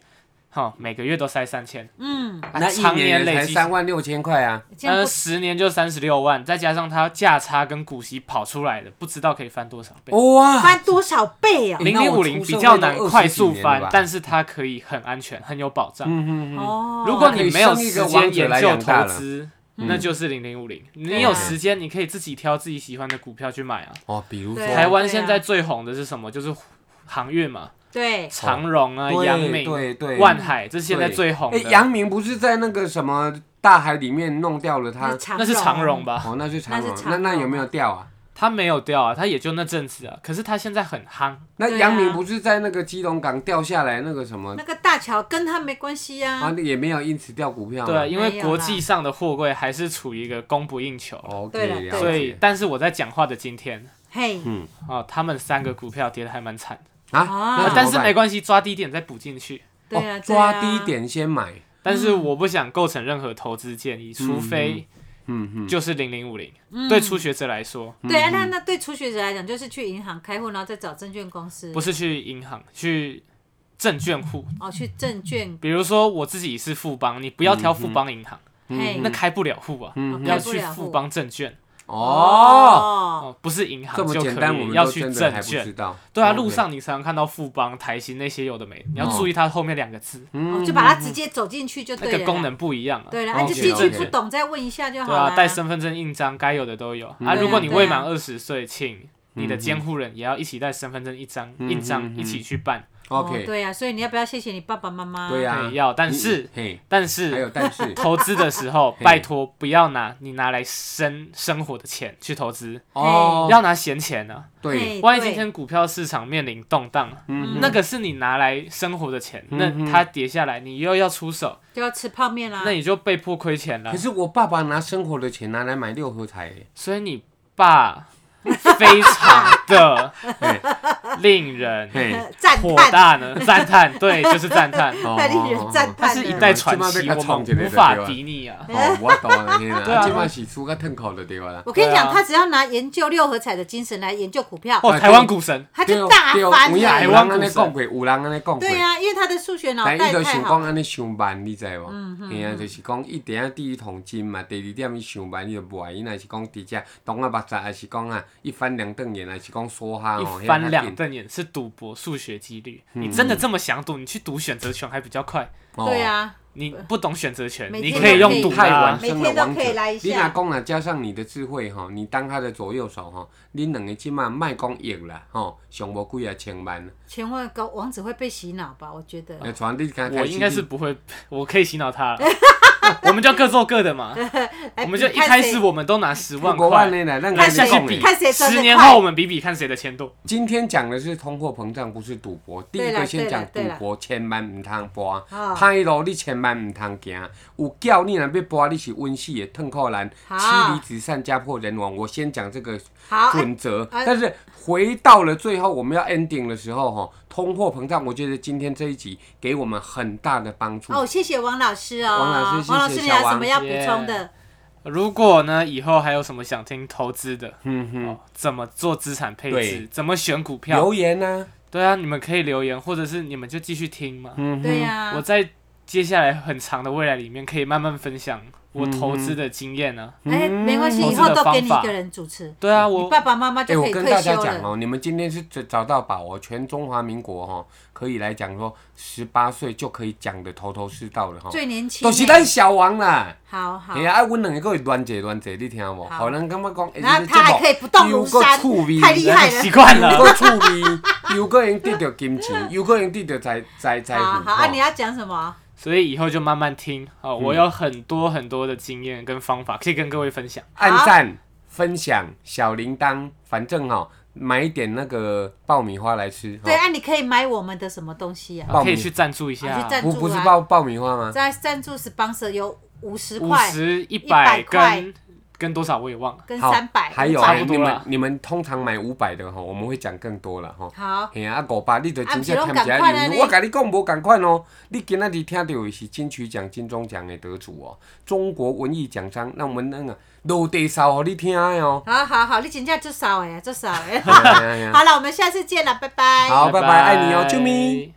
[SPEAKER 3] 好，每个月都塞三千，
[SPEAKER 2] 嗯，
[SPEAKER 3] 啊
[SPEAKER 1] 那一
[SPEAKER 3] 常
[SPEAKER 1] 年
[SPEAKER 3] 年
[SPEAKER 1] 也
[SPEAKER 3] 累
[SPEAKER 1] 才
[SPEAKER 3] 积，
[SPEAKER 1] 三万六千块啊，
[SPEAKER 2] 这样
[SPEAKER 3] 呃，
[SPEAKER 2] 不
[SPEAKER 3] 十年就三十六万，再加上它价差跟股息跑出来的，不知道可以翻多少倍。
[SPEAKER 1] 哇，
[SPEAKER 2] 翻多少倍哦？
[SPEAKER 1] 欸
[SPEAKER 3] 零
[SPEAKER 1] 哦那
[SPEAKER 3] 零
[SPEAKER 1] 我
[SPEAKER 3] 五
[SPEAKER 1] 出
[SPEAKER 3] 零
[SPEAKER 1] 社
[SPEAKER 3] 比
[SPEAKER 1] 会
[SPEAKER 3] 较
[SPEAKER 1] 都
[SPEAKER 3] 难
[SPEAKER 1] 20
[SPEAKER 3] 快
[SPEAKER 1] 几
[SPEAKER 3] 速
[SPEAKER 1] 年了
[SPEAKER 3] 翻
[SPEAKER 1] 吧，
[SPEAKER 3] 但是它可以很安全，很有保障。
[SPEAKER 1] 嗯嗯嗯，
[SPEAKER 2] 哦，
[SPEAKER 3] 如果你没有时间研
[SPEAKER 1] 可以生一个
[SPEAKER 3] 究
[SPEAKER 1] 王者来养大了
[SPEAKER 3] 投资，
[SPEAKER 1] 嗯
[SPEAKER 3] 那就是零零五零。
[SPEAKER 2] 对
[SPEAKER 3] 你
[SPEAKER 2] 啊
[SPEAKER 3] 有时间，你可以自己挑自己喜欢的股票去买啊。
[SPEAKER 1] 哦，比如说
[SPEAKER 2] 对啊
[SPEAKER 3] 台湾现在最红的是什么？就是航运嘛，
[SPEAKER 2] 对，
[SPEAKER 3] 长荣啊、
[SPEAKER 1] 对
[SPEAKER 3] 阳明、
[SPEAKER 1] 对对，
[SPEAKER 3] 万海，这是现在
[SPEAKER 1] 对
[SPEAKER 3] 最红
[SPEAKER 1] 哎，
[SPEAKER 3] 的。
[SPEAKER 1] 杨明不是在那个什么大海里面弄掉了他？
[SPEAKER 2] 长
[SPEAKER 3] 那是长荣吧？
[SPEAKER 1] 哦，那是长
[SPEAKER 2] 那
[SPEAKER 1] 荣
[SPEAKER 2] 是，长
[SPEAKER 1] 那
[SPEAKER 2] 荣
[SPEAKER 1] 那有没有掉啊？
[SPEAKER 3] 它没有掉啊，它也就那阵子啊。可是它现在很夯，
[SPEAKER 1] 那
[SPEAKER 2] 对啊
[SPEAKER 1] 杨明不是在那个基隆港掉下来那个什么
[SPEAKER 2] 那个大桥跟他没关系呀、
[SPEAKER 1] 啊？也没有因此掉股票吗。
[SPEAKER 3] 对啊，因
[SPEAKER 2] 没
[SPEAKER 3] 为
[SPEAKER 2] 有
[SPEAKER 3] 国
[SPEAKER 2] 啦
[SPEAKER 3] 际上的货柜还是处于一个供不应求，
[SPEAKER 1] 哦
[SPEAKER 2] 对了
[SPEAKER 1] ，OK，
[SPEAKER 2] 对
[SPEAKER 1] 了
[SPEAKER 3] 所以
[SPEAKER 1] 解。
[SPEAKER 3] 但是我在讲话的今天
[SPEAKER 2] 嘿，
[SPEAKER 1] 嗯
[SPEAKER 3] 哦，他们三个股票跌得还蛮惨的，
[SPEAKER 1] 啊，
[SPEAKER 2] 啊
[SPEAKER 1] 那怎么办
[SPEAKER 3] 但是没关系，抓低点再补进去。
[SPEAKER 2] 对啊，
[SPEAKER 1] 哦
[SPEAKER 2] 对啊
[SPEAKER 1] 抓低，点先买。
[SPEAKER 3] 但是我不想构成任何投资建议，除非
[SPEAKER 1] 嗯嗯，
[SPEAKER 3] 就是零零五零。
[SPEAKER 2] 嗯
[SPEAKER 3] 对初学者来说，
[SPEAKER 2] 对啊，那那对初学者来讲，就是去银行开户，然后再找证券公司，
[SPEAKER 3] 不是去银行，去证券户。
[SPEAKER 2] 哦，去证券，
[SPEAKER 1] 嗯
[SPEAKER 3] 比如说我自己是富邦，你不要挑富邦银行，
[SPEAKER 1] 嗯
[SPEAKER 2] 嘿，
[SPEAKER 3] 那开不了户啊，
[SPEAKER 2] 哦
[SPEAKER 3] 要
[SPEAKER 2] 开不
[SPEAKER 3] 去
[SPEAKER 2] 了
[SPEAKER 3] 富
[SPEAKER 2] 户
[SPEAKER 3] 邦证券
[SPEAKER 1] 哦，
[SPEAKER 3] 哦，不是银行
[SPEAKER 1] 这么
[SPEAKER 3] 就可
[SPEAKER 1] 简单，我
[SPEAKER 3] 以，
[SPEAKER 1] 们
[SPEAKER 3] 要
[SPEAKER 1] 都
[SPEAKER 3] 去
[SPEAKER 1] 真的还
[SPEAKER 3] 证
[SPEAKER 1] 不知
[SPEAKER 3] 券。
[SPEAKER 1] 道。
[SPEAKER 3] 对啊，
[SPEAKER 1] OK
[SPEAKER 3] 路上你常常看到富邦、台新那些有的没，你要
[SPEAKER 1] 哦
[SPEAKER 3] 注意它后面两个字，
[SPEAKER 1] 嗯
[SPEAKER 2] 哦就把它直接走进去就对
[SPEAKER 3] 那
[SPEAKER 2] 了啦。
[SPEAKER 3] 个功能不一样啊。
[SPEAKER 2] 对了，
[SPEAKER 1] 哦 OK，
[SPEAKER 2] 啊，就进去
[SPEAKER 1] OK
[SPEAKER 2] 不懂再问一下就好
[SPEAKER 3] 对
[SPEAKER 2] 了。
[SPEAKER 3] 啊，带身份证印章该有的都有啊。
[SPEAKER 1] 嗯
[SPEAKER 2] 对啊
[SPEAKER 3] 如果你
[SPEAKER 2] 对啊
[SPEAKER 3] 未满二十岁，请你的监护人也要一起带身份证一张
[SPEAKER 1] 嗯
[SPEAKER 3] 印章一起去办，
[SPEAKER 2] 哦
[SPEAKER 1] OK，
[SPEAKER 2] 对呀、啊，所以你要不要谢谢你爸爸妈妈？
[SPEAKER 1] 对啊嗯呀
[SPEAKER 3] 可以，要。但是
[SPEAKER 1] 你嘿，
[SPEAKER 3] 但
[SPEAKER 1] 还
[SPEAKER 3] 是
[SPEAKER 1] 有但是
[SPEAKER 3] 投资的时候，
[SPEAKER 1] 嘿
[SPEAKER 3] 拜托不要拿你拿来生生活的钱去投资，
[SPEAKER 1] 哦，
[SPEAKER 3] 要拿闲钱啊。
[SPEAKER 1] 对，
[SPEAKER 2] 嘿
[SPEAKER 3] 万一今
[SPEAKER 2] 对嗯
[SPEAKER 3] 天股票市场面临动荡，啊那个是你拿来生活的钱，那
[SPEAKER 1] 嗯嗯哼
[SPEAKER 3] 它跌下来，你又要出手，
[SPEAKER 2] 就要吃泡面啦
[SPEAKER 3] 那。你就被迫亏钱了
[SPEAKER 1] 可。是我爸爸拿生活的钱拿来买六合彩，欸
[SPEAKER 3] 所以你爸非常的
[SPEAKER 1] 嘿
[SPEAKER 3] 令人
[SPEAKER 1] 嘿，
[SPEAKER 2] 赞
[SPEAKER 3] 火
[SPEAKER 2] 叹，
[SPEAKER 3] 大呢，赞叹，对，就是赞叹，
[SPEAKER 2] 太令人赞
[SPEAKER 3] 他
[SPEAKER 2] 叹
[SPEAKER 3] 是一
[SPEAKER 2] 了。
[SPEAKER 3] 代 传奇，我们无法敌逆啊。
[SPEAKER 1] 哦，我懂了，嘿
[SPEAKER 3] 对啊
[SPEAKER 1] 啦，今晚洗出个烫口的对吧啦？
[SPEAKER 2] 我跟你讲，
[SPEAKER 3] 对啊
[SPEAKER 2] 他只要拿研究六合彩的精神来研究股票，
[SPEAKER 3] 哦，台湾股神，
[SPEAKER 2] 他就啊大
[SPEAKER 1] 对哦
[SPEAKER 2] 翻
[SPEAKER 1] 对哦有
[SPEAKER 2] 了。
[SPEAKER 1] 人安尼讲过，有人安尼讲过
[SPEAKER 2] 对。呀、因为他的数学脑
[SPEAKER 1] 但伊
[SPEAKER 2] 袋
[SPEAKER 1] 就
[SPEAKER 2] 太
[SPEAKER 1] 想
[SPEAKER 2] 好嗯
[SPEAKER 1] 讲
[SPEAKER 2] 了。
[SPEAKER 1] 安尼上慢，你知无？嘿啊，就是讲一点啊，第一桶金嘛，第二点伊上慢，伊就袂爱。伊若是讲伫遮动啊目屎，还是讲啊一翻两瞪眼，还是讲梭哈吼，
[SPEAKER 3] 一翻两
[SPEAKER 1] 那较紧
[SPEAKER 3] 瞪眼是赌博数学几率。
[SPEAKER 1] 嗯
[SPEAKER 3] 你真的这么想赌，你去赌选择权还比较快。
[SPEAKER 1] 哦
[SPEAKER 2] 对啊呀、
[SPEAKER 3] 你不懂选择权，
[SPEAKER 2] 每
[SPEAKER 3] 你
[SPEAKER 2] 天
[SPEAKER 3] 可以用赌的
[SPEAKER 1] 太晚
[SPEAKER 3] 啊。
[SPEAKER 1] 生了王
[SPEAKER 2] 每天都可以来
[SPEAKER 1] 者
[SPEAKER 2] 一，下
[SPEAKER 1] 你若讲若啊加上你的智慧吼，你当他的左右手吼，恁两个即满卖讲亿啦吼，上无几啊千万，
[SPEAKER 2] 千万个王子会被洗脑吧？我觉得。
[SPEAKER 1] 诶，传你刚
[SPEAKER 3] 我
[SPEAKER 1] 开始
[SPEAKER 3] 应该是不会， 我可以洗脑 他了。我们就各做各的嘛。
[SPEAKER 2] 哎
[SPEAKER 3] 我们就
[SPEAKER 2] 比
[SPEAKER 3] 一
[SPEAKER 2] 看
[SPEAKER 3] 开
[SPEAKER 2] 谁
[SPEAKER 3] 始我们都拿十万
[SPEAKER 1] 五万
[SPEAKER 3] 块，
[SPEAKER 1] 的啦，咱
[SPEAKER 3] 那
[SPEAKER 1] 开
[SPEAKER 3] 下
[SPEAKER 1] 始
[SPEAKER 3] 去
[SPEAKER 1] 讲
[SPEAKER 3] 比
[SPEAKER 1] 咧。
[SPEAKER 2] 看谁赚得
[SPEAKER 3] 十年
[SPEAKER 2] 快
[SPEAKER 3] 后我们比比看谁的钱多。
[SPEAKER 1] 今天讲的是通货膨胀，不是赌博。第一
[SPEAKER 2] 对啦
[SPEAKER 1] 个先讲赌
[SPEAKER 2] 对啦
[SPEAKER 1] 博，千万唔通博，
[SPEAKER 2] 啊
[SPEAKER 1] 歹路你千万唔通行。有叫你若要博，你是温室的腾扣兰，
[SPEAKER 2] 好
[SPEAKER 1] 妻离子散，家破人亡。我先讲这个
[SPEAKER 2] 好，哎
[SPEAKER 1] 准则，
[SPEAKER 2] 啊
[SPEAKER 1] 但是回到了最后我们要 ending 的时候，哈，通货膨胀，我觉得今天这一集给我们很大的帮助。
[SPEAKER 2] 哦，谢谢王老师哦，
[SPEAKER 1] 王老师谢谢
[SPEAKER 2] 你
[SPEAKER 1] 小
[SPEAKER 2] 有什
[SPEAKER 1] 王
[SPEAKER 2] 么要补充
[SPEAKER 3] 谢
[SPEAKER 2] 的？
[SPEAKER 3] 如果呢，以后还有什么想听投资的，
[SPEAKER 1] 嗯哼，
[SPEAKER 3] 哦，怎么做资产配
[SPEAKER 1] 对
[SPEAKER 3] 置，怎么选股票，
[SPEAKER 1] 留言呢、
[SPEAKER 3] 对啊，你们可以留言，或者是你们就继续听嘛。
[SPEAKER 1] 嗯哼，
[SPEAKER 2] 对呀、
[SPEAKER 3] 我在接下来很长的未来里面，可以慢慢分享我投资的经验呢、啊。
[SPEAKER 2] 哎，
[SPEAKER 1] 嗯
[SPEAKER 2] 没关系，
[SPEAKER 3] 投
[SPEAKER 2] 以
[SPEAKER 3] 资
[SPEAKER 2] 后
[SPEAKER 3] 的
[SPEAKER 2] 都给你
[SPEAKER 3] 方
[SPEAKER 2] 一
[SPEAKER 3] 法
[SPEAKER 2] 个人主持，
[SPEAKER 3] 对啊，
[SPEAKER 2] 你
[SPEAKER 3] 我
[SPEAKER 2] 爸爸妈妈
[SPEAKER 1] 哎、
[SPEAKER 2] 就可
[SPEAKER 1] 我
[SPEAKER 2] 以
[SPEAKER 1] 跟
[SPEAKER 2] 退
[SPEAKER 1] 大家
[SPEAKER 2] 休
[SPEAKER 1] 讲
[SPEAKER 2] 了。
[SPEAKER 1] 哦，你们今天是找找到宝哦，全中华民国哦，可以来讲说十八岁就可以讲的头头是道了哈、
[SPEAKER 2] 最年轻
[SPEAKER 1] 都
[SPEAKER 2] 欸，
[SPEAKER 1] 是咱小王啦。
[SPEAKER 2] 好好
[SPEAKER 1] 哎，呀，啊，阮两个还会乱坐乱坐，你听无？
[SPEAKER 2] 好
[SPEAKER 1] 互人感觉讲，哎
[SPEAKER 2] 然后他还可以不动如山
[SPEAKER 1] 有够趣味，
[SPEAKER 2] 太 厉害了
[SPEAKER 3] 习惯
[SPEAKER 1] 有
[SPEAKER 3] 了。
[SPEAKER 1] 够趣味， 又可能得到金 钱，又可能得到财财财富。
[SPEAKER 2] 好好啊！
[SPEAKER 1] 吼
[SPEAKER 2] 你要讲什么？
[SPEAKER 3] 所以以后就慢慢听哦，我有很多很多的经验跟方法可以跟各位分享。
[SPEAKER 1] 按赞、分享、小铃铛，反正哈、买一点那个爆米花来吃。吼
[SPEAKER 2] 对，啊，你可以买我们的什么东西呀？
[SPEAKER 1] 报
[SPEAKER 3] 可以
[SPEAKER 1] 名
[SPEAKER 3] 去赞助一下
[SPEAKER 2] 啊去赞
[SPEAKER 3] 啊，
[SPEAKER 1] 不
[SPEAKER 2] 助
[SPEAKER 1] 不是
[SPEAKER 2] 啊
[SPEAKER 1] 爆爆米花吗？
[SPEAKER 2] 在赞助 sponsor 有五十
[SPEAKER 3] 五
[SPEAKER 2] 块，
[SPEAKER 3] 十、一
[SPEAKER 2] 100
[SPEAKER 3] 百
[SPEAKER 2] 块
[SPEAKER 3] 跟跟多少我也忘了。
[SPEAKER 2] 跟
[SPEAKER 1] 好
[SPEAKER 2] 三百
[SPEAKER 1] 还有
[SPEAKER 3] 差
[SPEAKER 1] 哎
[SPEAKER 3] 不
[SPEAKER 1] 你
[SPEAKER 3] 多啦
[SPEAKER 1] 们你们通常买五百的吼，我们会讲更多了吼。
[SPEAKER 2] 好，
[SPEAKER 1] 嘿啊，啊五百你就真正
[SPEAKER 2] 哦啊
[SPEAKER 1] 添
[SPEAKER 2] 不
[SPEAKER 1] 一
[SPEAKER 2] 是拢同款
[SPEAKER 1] 下
[SPEAKER 2] 的
[SPEAKER 1] 油。
[SPEAKER 2] 呢。
[SPEAKER 1] 我甲你讲无共款哦，你今仔日听到的是金曲奖、金钟奖的得主哦，中国文艺奖章，那我们那个落地扫互你听的哦
[SPEAKER 2] 好好好，你请 假就少哎，就少哎。
[SPEAKER 1] 哎呀哎呀
[SPEAKER 2] 好了，我们下次见了，拜拜。
[SPEAKER 1] 好拜拜爱你哦啾咪。